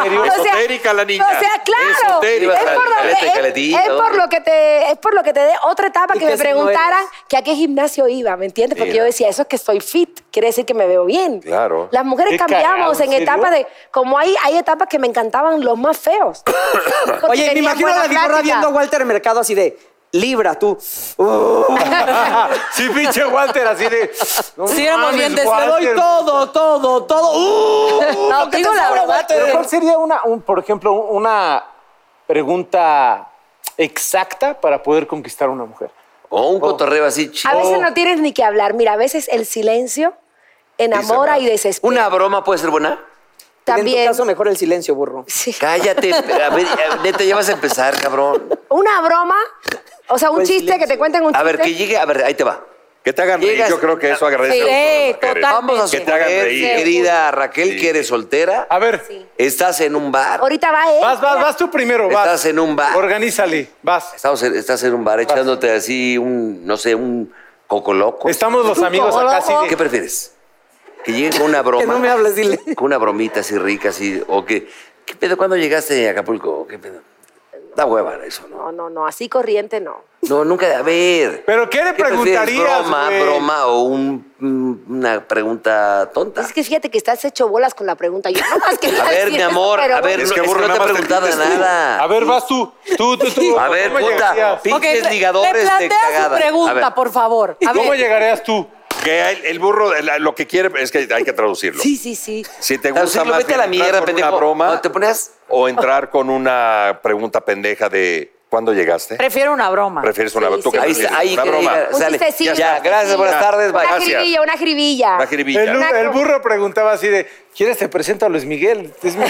D: serio?
F: O sea,
C: Esotérica la niña.
F: O sea, claro.
C: Esotérica.
F: Es por, lo
B: Caleta,
F: que, es-
B: caletito.
F: es por lo que te, es por lo que te dé otra etapa
A: ¿Y
F: que
A: qué
F: me
A: signo
F: preguntaran
A: eres?
F: que a qué gimnasio iba, ¿me entiendes? Porque
B: Mira.
F: yo decía, eso es que estoy fit, quiere decir que me veo bien.
C: Claro.
F: Las mujeres
D: Qué
F: cambiamos
D: cagado, ¿en
F: en
D: serio?
F: etapas de, como hay, hay etapas que me encantaban los más feos. Porque
A: Oye, me
F: tenían
A: imagino a
F: buena
A: la vigorra
F: plática.
A: viendo a Walter Mercado así de libra, tú.
D: sí, pinche Walter, así de... No
E: Sí, éramos
D: mames,
E: bien de-
A: Te doy
D: Walter".
A: todo, todo, todo. ¡Uh!
E: No,
A: ¿Qué te
E: digo la
A: sobra,
E: verdad,
A: Walter?
D: Pero ¿Cuál sería una, un- por ejemplo, una pregunta exacta para poder conquistar a una mujer?
B: O Oh, un cotorreo así
F: A
B: chido.
F: veces no tienes ni que hablar. Mira, a veces el silencio enamora
C: nada.
F: y desespera.
B: ¿Una broma puede ser buena?
A: En tu
F: También.
A: caso, mejor el silencio, burro.
F: Sí.
B: Cállate. A ver, neta, ya vas a empezar, cabrón.
F: Una broma, o sea, un
A: Pues
F: chiste que
A: silencio.
F: te cuenten un chiste.
B: A ver, que llegue. A ver, ahí te va.
C: Que te hagan reír,
B: Llegas-
C: yo creo que eso agradece
E: Sí,
C: a las mujeres.
E: totalmente.
B: Vamos a
E: Que
C: te hagan
B: suponer,
C: reír.
B: querida Raquel,
C: Sí.
B: que eres soltera.
D: A ver,
B: Estás en un bar.
F: Ahorita va él.
D: vas, vas, vas tú primero, vas.
B: Estás en un bar.
D: Organízale, vas.
B: Estamos en- estás en un bar echándote así un, no sé, un coco loco.
D: Estamos los amigos acá, así
B: ¿Qué
D: de-
B: prefieres? Que llegue con una broma.
A: Que no me hables, dile.
B: Con una bromita así rica, así. O que. ¿Qué pedo? ¿Cuándo llegaste a Acapulco? ¿Qué pedo? Da hueva eso, ¿no?
F: No, no, no, así corriente no.
B: No, nunca. A ver.
D: ¿Pero qué le
B: prefieres,
D: preguntarías,
B: ¿Broma,
D: güey?
B: broma o un- un- una pregunta tonta?
F: Es que fíjate que estás hecho bolas con la pregunta. Yo no más quería
B: Ah. A ver,
F: decir
B: mi amor,
F: eso, pero
B: a ver,
F: bueno.
C: Es
B: no,
C: que,
B: es que
C: burro,
B: no te he
C: nada más
B: preguntado
C: te dijiste.
B: nada.
D: A ver, vas tú. Tú, tú, tú.
B: A ver,
D: ¿Cómo
B: puta,
D: llegarías?
E: Ok,
B: pinches
E: le-
B: ligadores
E: le
B: de
E: plantea
B: cagada.
E: su
B: A
E: pregunta,
B: ver.
E: por favor. A
D: ¿Cómo
E: ver.
D: llegarías tú?
C: Que el, el burro, el- lo que quiere es que hay que traducirlo.
E: Sí, sí, sí.
C: Si te
B: Traducirlo,
C: gusta más
B: vete a la
C: bien
B: mierda,
C: entrar con
B: pendejo.
C: una broma
B: No, te ponías-
C: o entrar con una pregunta pendeja de ¿cuándo llegaste?
E: Prefiero una broma.
C: Prefieres una
F: Sí,
C: ¿tú qué
F: sí,
B: Ahí,
C: prefieres?
B: está, ahí
C: una
B: quiere
C: broma.
B: llegar.
F: Un
B: Sale. Ya,
F: chistecillo, un
B: gracias,
F: chistecillo.
B: buenas tardes. bye.
F: Una
C: Gracias.
F: jiribilla, una jiribilla.
C: Una jiribilla.
D: El,
F: Una
D: el
F: co-
D: burro preguntaba así de, ¿quieres te presento a Luis Miguel? Es mi-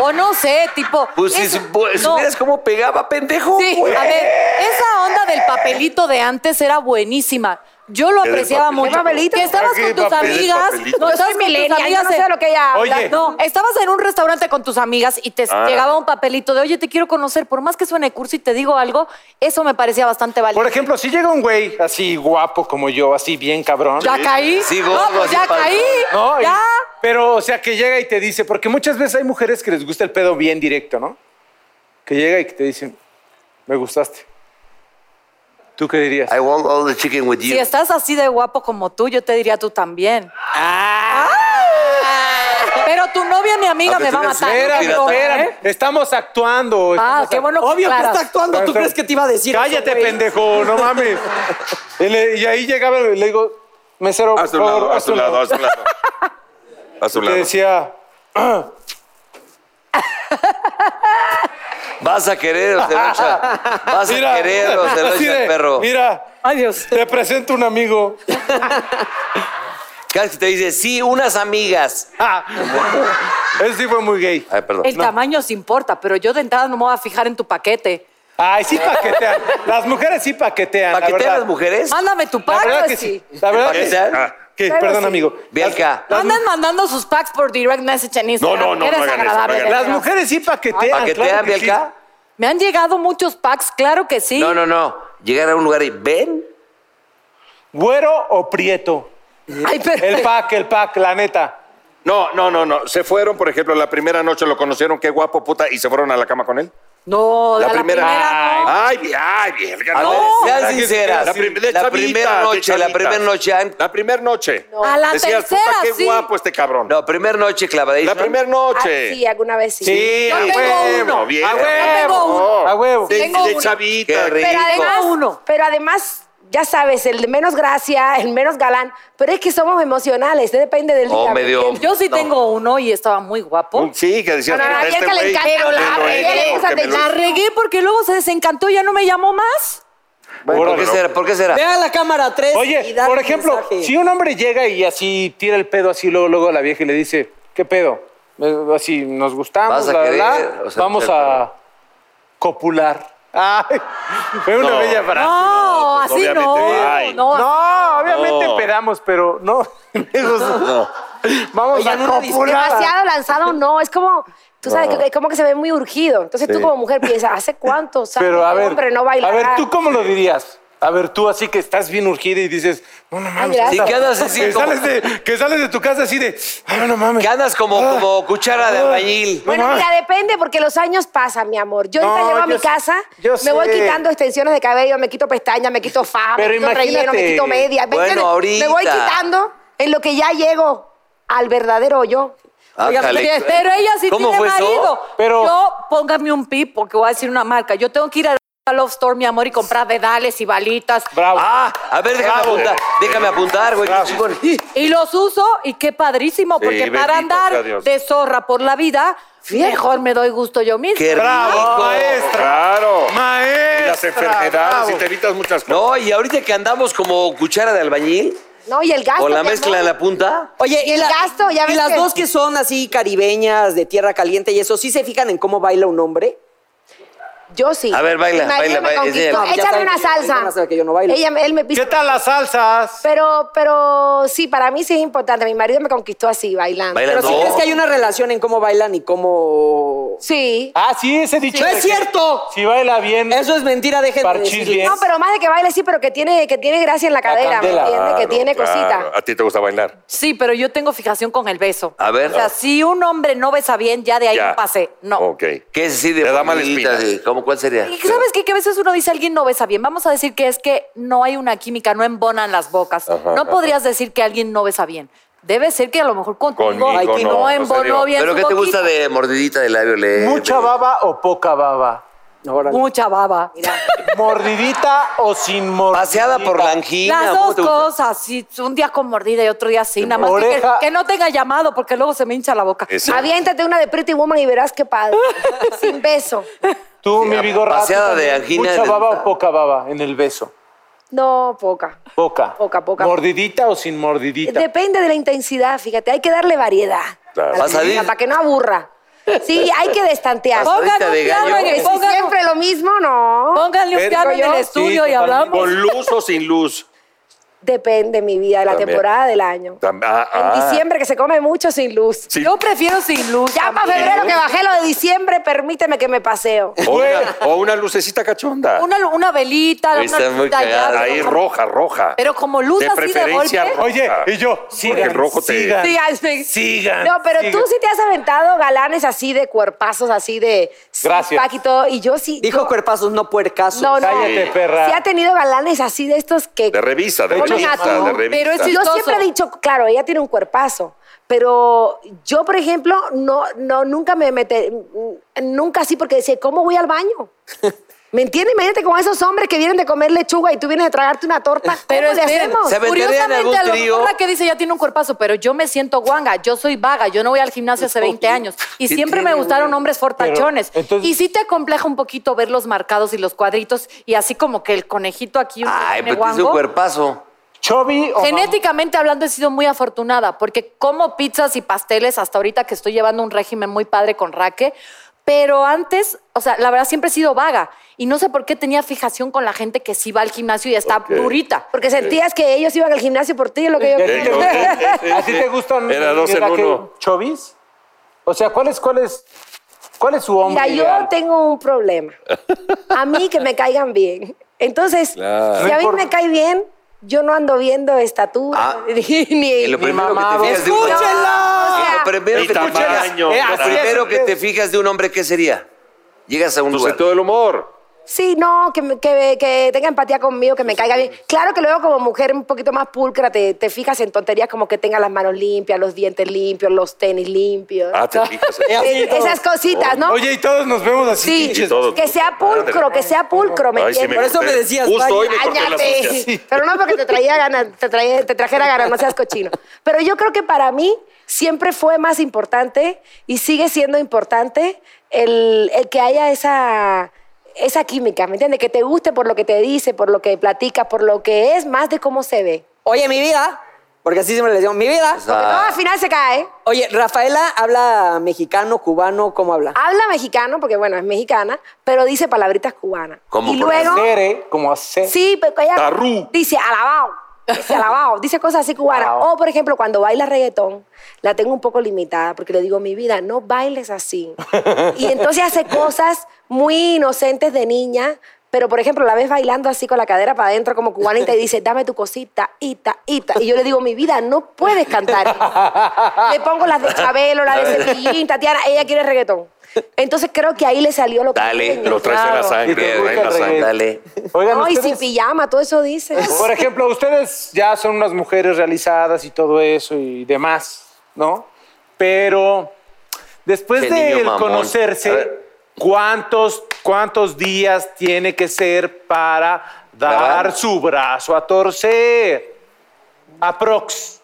E: O no sé, tipo.
B: Pues si
E: eso-
B: supo-
E: no.
B: supieras cómo pegaba, pendejo.
E: Sí,
B: güey.
E: a ver, esa onda del papelito de antes era buenísima. Yo lo
C: ¿Qué del
E: apreciaba
C: papelito? ¿Qué
E: mucho.
F: papelito?
E: Que estabas
D: ¿Qué
E: con tus
D: papel-
C: del
E: amigas.
C: papelito?
E: No,
F: Yo
E: estabas
F: soy
E: con tus
F: millennial, yo
E: amigas.
F: no sé de lo que ella habla.
D: Oye.
E: No, estabas en un restaurante con tus amigas y te
C: Ah.
E: llegaba un papelito de, oye, te quiero conocer, por más que suene cursi y te digo algo, eso me parecía bastante válido.
D: Por ejemplo, si llega un güey así guapo como yo, así bien cabrón.
E: ya caí.
B: Sí,
E: no,
B: gordo,
E: pues
B: así
E: ya
B: pa-
E: caí.
D: ¿no? Y-
E: Ya.
D: pero, o sea, que llega y te dice, porque muchas veces hay mujeres que les gusta el pedo bien directo, ¿no? Que llega y que te dicen, me gustaste. ¿Tú qué dirías?
B: I want all the chicken with you.
E: Si estás así de guapo como tú, yo te diría tú también. Ah. Pero tu novia, mi amiga,
B: Ah,
E: me va a
B: pero tú
E: matar.
B: eres
D: Espera,
E: yo creo,
D: espera,
E: ¿eh?
D: estamos actuando.
E: Ah,
D: estamos
E: qué
D: act-
E: bueno que
A: Obvio que
E: aclaras.
A: está actuando. ¿Tú
D: Pero-
A: crees que te iba a decir? eso,
D: Cállate,
A: güey?
D: pendejo, no mames. Y, le- y ahí llegaba y le digo, mesero, por
C: Haz un
D: favor,
C: lado,
D: haz
C: haz un
D: un
C: lado, haz un lado. Haz un
D: Te
C: lado.
D: decía,
B: Vas a querer o te lo echa. Vas
D: mira,
B: a querer o te lo
D: así
B: echa
D: de,
B: el perro.
D: mira,
E: Ay, Dios.
D: te presento un amigo.
B: Cada vez que te dice, sí, unas amigas.
D: Él sí fue muy gay.
B: Ay, perdón.
E: El tamaño sí importa, pero yo de entrada no me voy a fijar en tu paquete.
D: Ay, sí paquetean. Las mujeres sí paquetean. la
B: ¿Paquetean
D: verdad.
B: las mujeres?
E: Mándame tu
D: La
E: pack,
D: verdad que
E: pues,
D: sí.
E: sí.
D: La verdad que sí.
B: ¿Paquetean?
C: Ah,
D: ¿Qué?
F: Pero
D: Perdón,
F: sí.
D: amigo.
B: Ve acá.
E: Andan mandando sus packs por direct message en Instagram.
C: no, no
E: Qué
C: hagan eso, no
E: desagradable,
C: hagan
E: de
C: eso.
D: Las
E: verdad.
D: mujeres sí paquetean.
B: ¿Paquetean,
D: claro que
B: Bielka?
D: sí.
E: Me han llegado muchos packs, claro que sí.
B: No, no, no. Llegar a un lugar y ven.
D: ¿Güero o prieto?
E: Ay, pero-
D: El pack, el pack, la neta.
C: No, no, no, no. Se fueron, por ejemplo, la primera noche lo conocieron, qué guapo, puta, y se fueron a la cama con él.
E: No,
C: La
E: a
C: primera.
E: la primera no.
C: Ay, vi- ay, verga,
B: A
C: no.
B: ver, sean
C: La-
B: sinceras.
C: La, prim- de
B: La
C: chavitas,
B: primera
C: de
B: noche, la
C: chavitas.
B: primera noche. han-
C: La primera noche.
E: A la
C: Ah, Decías,
E: tercera,
C: puta, qué
E: sí.
C: guapo este cabrón.
B: No, primera noche clavadísima.
C: La primera
F: Ah,
C: noche.
F: sí, alguna vez sí.
C: Sí,
E: Yo
C: a
E: tengo
C: huevo,
E: uno.
C: bien.
D: A
E: tengo
D: huevo.
C: uno.
D: A huevo.
C: De,
E: Tengo
C: de
E: uno.
C: chavita.
B: Qué rico.
F: Pero además,
E: Tengo uno.
F: pero además, ya sabes, el de menos gracia, el menos galán, pero es que somos emocionales, eh, depende del
B: O
F: día. ¿me
B: medio-
F: entiendes?
E: Yo sí
B: No.
E: tengo uno y estaba muy guapo.
C: Un- Sí, que decías.
F: No, no, no,
C: puta, este
F: a Bielka le
C: güey,
F: encanta,
C: me
F: la-
C: lo
F: a
C: hizo,
F: ella le gusta
C: que me lo
E: La
F: tener-
C: hizo.
E: regué porque luego se desencantó y ya no me llamó más.
B: ¿Por qué será? ¿Por qué será?
A: Ve a la cámara 3.
D: Oye, por ejemplo, si un hombre llega y así tira el pedo así luego, luego a la vieja y le dice, ¿qué pedo? Eh, Así nos gustamos,
B: Vas a
D: la
B: querer,
D: verdad.
B: o sea,
D: Vamos
B: el
D: a copular. Ay, fue una
C: No.
D: bella frase.
E: No,
C: pues,
E: así
C: obviamente,
E: no.
C: ay.
E: No,
D: No, obviamente
C: No.
D: pedamos, pero no. Eso es- Vamos
A: Oigan,
D: a
A: una disque-
D: copular.
F: Demasiado lanzado, no, es como, tú sabes, que, es como que se ve muy urgido. Entonces tú como mujer piensas, ¿hace cuánto? O sea,
D: Pero a
F: el
D: ver,
F: hombre no baila.
D: a ver, ¿tú cómo lo dirías? A ver, tú así que estás bien urgida y dices, no, no mames.
F: gracias.
B: Sí, que andas así
D: que,
B: como-
D: sales de, que sales de tu casa así de, "Ah, no mames.
B: Que andas como,
D: Ah,
B: como cuchara de
D: ah.
B: albañil.
D: No
F: Bueno,
D: mames.
F: mira, depende porque los años pasan, mi amor. Yo
D: No,
F: ahorita llego a
D: yo
F: mi
D: sé-
F: casa,
D: yo
F: me voy
D: sé.
F: quitando extensiones de cabello, me quito pestañas, me quito faja, me
D: Pero
F: quito relleno, me
D: imagínate.
F: quito media. ¿me
B: Bueno,
F: entiendes?
B: ahorita.
F: Me voy quitando en lo que ya llego al verdadero yo.
E: Oigan,
B: Ájale.
E: pero- pero ella sí
B: ¿Cómo
E: tiene
B: fue eso?
E: marido.
D: Pero-
E: Yo póngame un pip porque voy a decir una marca. Yo tengo que ir a la Love Store, mi amor, y comprar dedales y balitas.
D: Bravo.
B: Ah, a ver, déjame
D: Bravo.
B: apuntar. Déjame apuntar, güey. qué chingón.
E: Y los uso y qué padrísimo, porque
C: bendito
E: para
C: sea
E: andar
C: Dios.
E: de zorra por la vida, mejor me doy gusto yo misma.
B: Qué
D: Bravo,
B: rico.
D: maestra.
C: Claro.
D: Maestra.
C: Y las enfermedades,
D: bravo.
C: y te evitas muchas cosas.
B: No, y ahorita que andamos como cuchara de albañil,
F: No, y el gasto.
B: o la
F: mi
B: mezcla
F: amor.
B: en la punta,
A: Oye,
F: Y el gasto, ya
A: y
F: ves
A: las
F: que-
A: dos que son así caribeñas, de tierra caliente y eso, ¿sí se fijan en cómo baila un hombre?
F: Yo sí.
B: A ver, baila,
F: Mi maestro
B: baila,
F: me
B: baila,
F: conquistó.
B: enséñala.
A: Ya
F: Échame
A: saben
F: una
A: que- ya van a
F: salsa.
A: saber que yo no bailo.
F: Ella, me- él me
D: ¿Qué
F: piso.
D: tal las salsas?
F: Pero, pero sí, para mí sí es importante. Mi marido me conquistó así, bailando.
A: Pero si
B: Bailando.
A: crees que hay una relación en cómo bailan y cómo...
F: Sí.
D: Ah, sí, ese dicho.
A: ¡No
D: de
A: es
D: que
A: cierto!
D: Si baila bien,
A: Eso es mentira, dejen de
D: Parchís
A: decirlo.
D: bien.
F: No, pero más de que baile sí, pero que tiene, que tiene gracia en la cadera, ¿me
D: candela.
F: entiendes? Que
C: Claro,
F: tiene
C: Ah, claro.
F: cosita.
C: ¿A ti te gusta bailar?
E: Sí, pero yo tengo fijación con el beso.
B: A ver.
E: O sea, si un hombre no besa bien, ya de ahí
C: Ya.
E: no pasé. No.
C: Ok.
B: ¿Qué es así de
C: Te da mala
B: bonita,
C: espina.
B: de- ¿Cómo cuál sería?
E: Y ¿Sabes qué? Que a veces uno dice alguien no besa bien. Vamos a decir que es que no hay una química, no embonan las bocas.
C: Ajá,
E: no
C: ajá.
E: podrías decir que alguien no besa bien. Debe ser que a lo mejor contigo
C: Conmigo
E: ay, que
C: no,
E: no,
C: no se
E: embonó
C: dio.
E: bien
B: ¿Pero
E: su
B: qué te gusta
E: boquita.
B: de mordidita de labio leve?
D: ¿mucha baba o poca baba?
A: Órale.
E: Mucha baba.
D: ¿Mordidita o sin mordidita?
B: Paseada por la angina.
E: Las
B: ¿cómo
E: dos
B: te gusta?
E: cosas, sí, un día con mordida y otro día sin. Nada más que-
D: Oreja.
E: que, no tenga llamado porque luego se me hincha la boca.
C: Exacto.
F: Aviéntate una de Pretty Woman y verás qué padre. Sin beso.
D: Tú, mi vigorra.
B: paseada de angina
D: ¿Mucha
B: del-
D: baba o poca baba en el beso?
F: No, poca.
D: Poca.
F: Poca, poca.
D: ¿Mordidita o sin mordidita?
F: Depende de la intensidad, fíjate. Hay que darle variedad.
C: Claro.
F: a la
B: Vas a
F: comida
B: ir.
F: Para que no aburra. Sí, hay que destantear.
B: Vas a-
E: Pónganle
B: Ahorita de
E: un piano,
B: gallo.
E: en el-
F: Si
E: pónganle-
F: siempre lo mismo, no.
E: pónganle un
D: Pero
E: piano en
D: yo-
E: el
D: Sí,
E: estudio y
D: totalmente.
E: hablamos.
C: ¿Con luz o sin luz?
F: Depende, mi vida, de la
C: También.
F: temporada del año.
C: Tam- ah,
F: En
C: ah.
F: diciembre, que se come mucho sin luz.
C: Sí.
E: Yo prefiero sin luz.
F: Ya para febrero que bajé lo de diciembre, permíteme que me paseo.
C: O una, o una lucecita cachonda.
E: Una, lu- una velita, una
B: Está muy
E: velita ya,
B: cagada.
E: pero
C: Ahí
E: con-
C: roja, roja.
E: Pero como luz
C: de
E: así de
C: preferencia
E: golpe.
C: roja.
D: Oye, y yo, sigan,
C: el rojo te-
D: sigan,
F: Sí, al fin.
D: sigan,
F: No, pero
D: sigan.
F: tú sí te has aventado galanes así de cuerpazos, así de six
D: Gracias.
F: pack y todo. Y yo sí.
A: Dijo cuerpazos, no puercazos.
F: No, no.
D: Cállate, perra.
F: Sí ha tenido galanes así de estos que.
C: De revista, de
D: Oye,
C: revista,
F: gato,
C: de revista.
E: pero es-
F: yo
E: chistoso.
F: siempre he dicho, claro, ella tiene un cuerpazo. Pero yo, por ejemplo, no, no, nunca me mete, nunca así porque decía, ¿cómo voy al baño? ¿Me entiendes? Imagínate con esos hombres que vienen de comer lechuga y tú vienes a tragarte una torta.
E: Pero
F: ¿Cómo le
E: esperen,
F: hacemos?
B: Se aventarían algún
E: curiosamente, a lo
B: trío.
E: mejor la que dice ya tiene un cuerpazo, pero yo me siento guanga, yo soy vaga, yo no voy al gimnasio hace 20 años. Y
B: ¿Qué
E: siempre
B: tiene,
E: me gustaron
B: güey?
E: hombres fortachones.
D: Pero, entonces-
E: y sí te compleja un poquito ver los marcados y los cuadritos y así como que el conejito aquí un
B: Ay,
E: tiene
B: pero tienes un
E: guango.
B: cuerpazo.
D: Chubby o
E: Genéticamente hablando he sido muy afortunada porque como pizzas y pasteles hasta ahorita que estoy llevando un régimen muy padre con raque, pero antes, o sea, la verdad siempre he sido vaga y no sé por qué tenía fijación con la gente que sí va al gimnasio y está
C: Ok.
E: durita.
F: Porque sentías que ellos iban al gimnasio por ti, lo que yo
D: mamá?
C: yo-
D: ¿A ti te gustan
C: eh, Era dos en
D: mira, que-
C: uno.
D: chubbies? O sea, ¿cuál es, cuál es, cuál es su hombre
F: Mira, yo
D: ideal?
F: tengo un problema. A mí que me caigan bien. Entonces, si a mí me cae bien, yo no ando viendo estatura.
B: Ah.
F: ni,
B: En lo
F: ni-
B: primero
D: mamá,
B: que te fijas de un hombre.
F: ¡Escúchela!
B: En lo primero
C: El
B: que te
C: tamaño,
B: fijas- lo
C: Eh, así es,
B: primero
D: así
B: que
D: es.
B: te fijas de un hombre, ¿qué sería? Llegas a un
C: Tu
B: lugar.
C: sentido del humor.
F: Sí, no, que, me- que- que tenga empatía conmigo, que me caiga bien. Claro que luego como mujer un poquito más pulcra te, te fijas en tonterías como que tenga las manos limpias, los dientes limpios, los tenis limpios.
C: Ah, te fijas.
F: Es- esas cositas, ¿no?
D: Oye, y todos nos vemos así.
F: sí,
C: y todo.
F: que sea pulcro, que sea pulcro, ¿me
C: Ay, sí
A: Por
F: entiendes?
A: eso me decías,
C: Justo hoy me corté las uñas.
F: Cállate. Pero no porque te traía ganas, te, traía- te trajera ganas, no seas cochino. Pero yo creo que para mí siempre fue más importante y sigue siendo importante el, el que haya esa, esa química, ¿me entiendes? Que te guste por lo que te dice, por lo que platica, por lo que es, más de cómo se ve.
A: Oye, mi vida, porque así siempre les digo, mi vida.
F: Porque todo
B: Ah.
F: al final se cae.
A: Oye, Rafaela habla mexicano, cubano, ¿cómo habla?
D: Ah,
F: Habla mexicano, porque bueno, es mexicana, pero dice palabritas cubanas.
B: ¿Cómo?
F: Y
B: Por
F: luego...
D: Hacer, ¿eh? Como hacer.
F: Sí, pero ella
C: Tarú.
F: dice alabao, dice alabao, dice cosas así cubanas.
D: Alabao.
F: O, por ejemplo, cuando baila reggaetón, la tengo un poco limitada porque le digo, mi vida, no bailes así. y entonces hace cosas muy inocentes de niña. Pero, por ejemplo, la ves bailando así con la cadera para adentro como cubanita y dice, dame tu cosita, ita, ita. Y yo le digo, mi vida, no puedes cantar. eso". le pongo las de Chabelo, las de Cepillín, Tatiana, ella quiere reggaetón. Entonces creo que ahí le salió lo que...
B: Dale,
C: Lo traes en la
D: Claro.
C: sangre,
D: Y te
C: lo traes en la
D: gusta el
C: sangre.
B: Dale.
D: Oigan,
F: No, y sin
D: ustedes,
F: pijama, todo eso dice.
D: Pues, por ejemplo, ustedes ya son unas mujeres realizadas y todo eso y demás, ¿no? Pero después
B: Qué
D: de
B: niño
D: el
B: mamón. A
D: conocerse,
B: ver.
D: ¿cuántos, ¿cuántos días tiene que ser para dar
B: ¿Verdad?
D: su brazo a torcer? Aprox.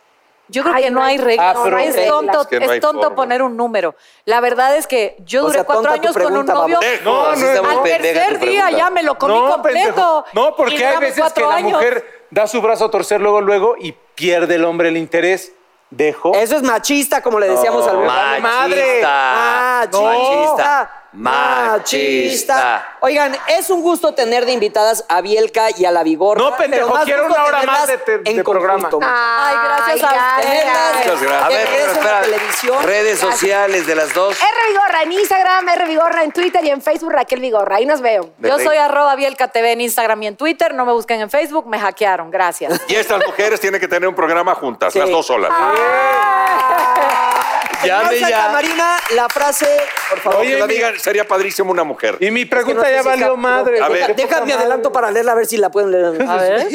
E: Yo creo
F: Ay,
E: que no
F: no hay-
E: hay reglas.
D: Ah, pero
E: es
D: reglas.
E: tonto,
C: Es que no
E: es
C: hay
E: tonto
C: forma.
E: poner un número. La verdad es que yo
A: O
E: duré
A: sea,
E: cuatro
A: tonta tu
E: años con un
A: pregunta,
E: novio.
A: babotejo.
D: No,
B: Así
D: no,
B: está
D: no.
B: muy
E: Al
B: pendeja tu
E: tercer día
B: pregunta.
E: ya me lo comí completo.
D: pendejo. No,
E: Y
D: porque hay
E: duramos
D: veces que
E: cuatro
D: la
E: años.
D: mujer da su brazo a torcer luego, luego y pierde el hombre el interés. Dejo.
A: Eso es machista, como le decíamos al
D: No,
A: verano.
D: madre.
B: Machista.
A: Ah,
D: No.
A: machista.
B: machista.
A: Oigan, es un gusto tener de invitadas a Bielka y a La Vigor.
D: No, pendejo, quiero una hora más de te- de programa. Ah,
E: Ay, gracias a ustedes.
A: Tenerlas
B: Muchas gracias. A
A: de
B: ver,
A: regreso en la
B: espera,
A: televisión.
B: redes sociales de las dos.
F: R Vigorra en Instagram, R Vigorra en Twitter y en Facebook Raquel Vigorra. Ahí nos veo.
E: Yo
B: Perfecto.
E: soy arroba Bielka TV en Instagram y en Twitter. No me busquen en Facebook, me hackearon. Gracias.
C: Y estas mujeres tienen que tener un programa juntas,
A: Sí.
C: las dos solas.
B: Llame
A: Señor Santa
B: ya.
A: Marina, la frase, por favor.
C: Que
D: Oye,
C: lo
D: mi-
C: digan, sería padrísimo una mujer.
D: Y mi
A: que no
D: pregunta
A: sé
D: ya
A: si
D: valió
A: cap-
D: madre.
A: no,
C: A ver.
A: deja- Déjame adelanto para leerla, a ver si la pueden leer.
E: A ver.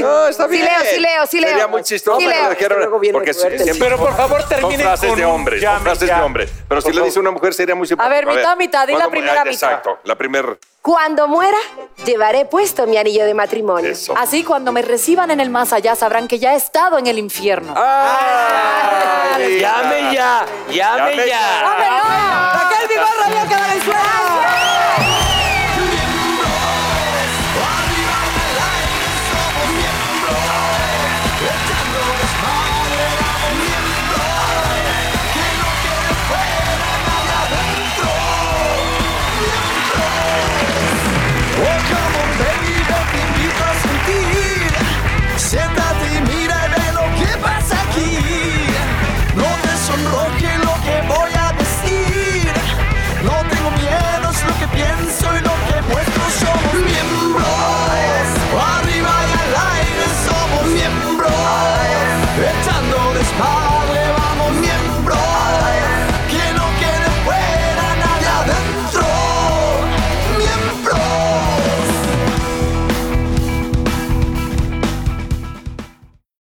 B: No, está
F: Sí
B: bien.
F: leo, sí leo, sí leo.
C: Sería muy chistoso
F: Sí
C: que
F: leo.
C: lo dijeran,
A: Luego viene
C: porque
A: fuerte.
C: siempre
D: Pero por favor,
C: son
D: terminen
C: frases
D: con
C: de
D: un
C: hombres,
D: llame
C: son frases
D: ya.
C: de hombres. Pero si
D: Por
C: lo
D: favor.
C: dice una mujer sería muy simpático.
E: ver, mitad, mitad, di la
C: cuando-
E: primera
C: ah,
E: mitad.
C: Exacto, la primera.
F: Cuando muera, llevaré puesto mi anillo de matrimonio.
C: Eso.
E: Así cuando me reciban en el más allá sabrán que ya he estado en el infierno.
B: Llame ya. Llame
C: Llame
B: ya.
C: ya.
A: Raquel Vigorra, Bielka Valenzuela.
G: Oh, come on, baby, yo te invito a sentir. Siéntate y mira y ve lo que pasa aquí. No te sonroje lo que voy a decir. No tengo miedo, es lo que pienso y lo que muestro. Somos miembros. Arriba y al aire somos miembros. Echando despacio.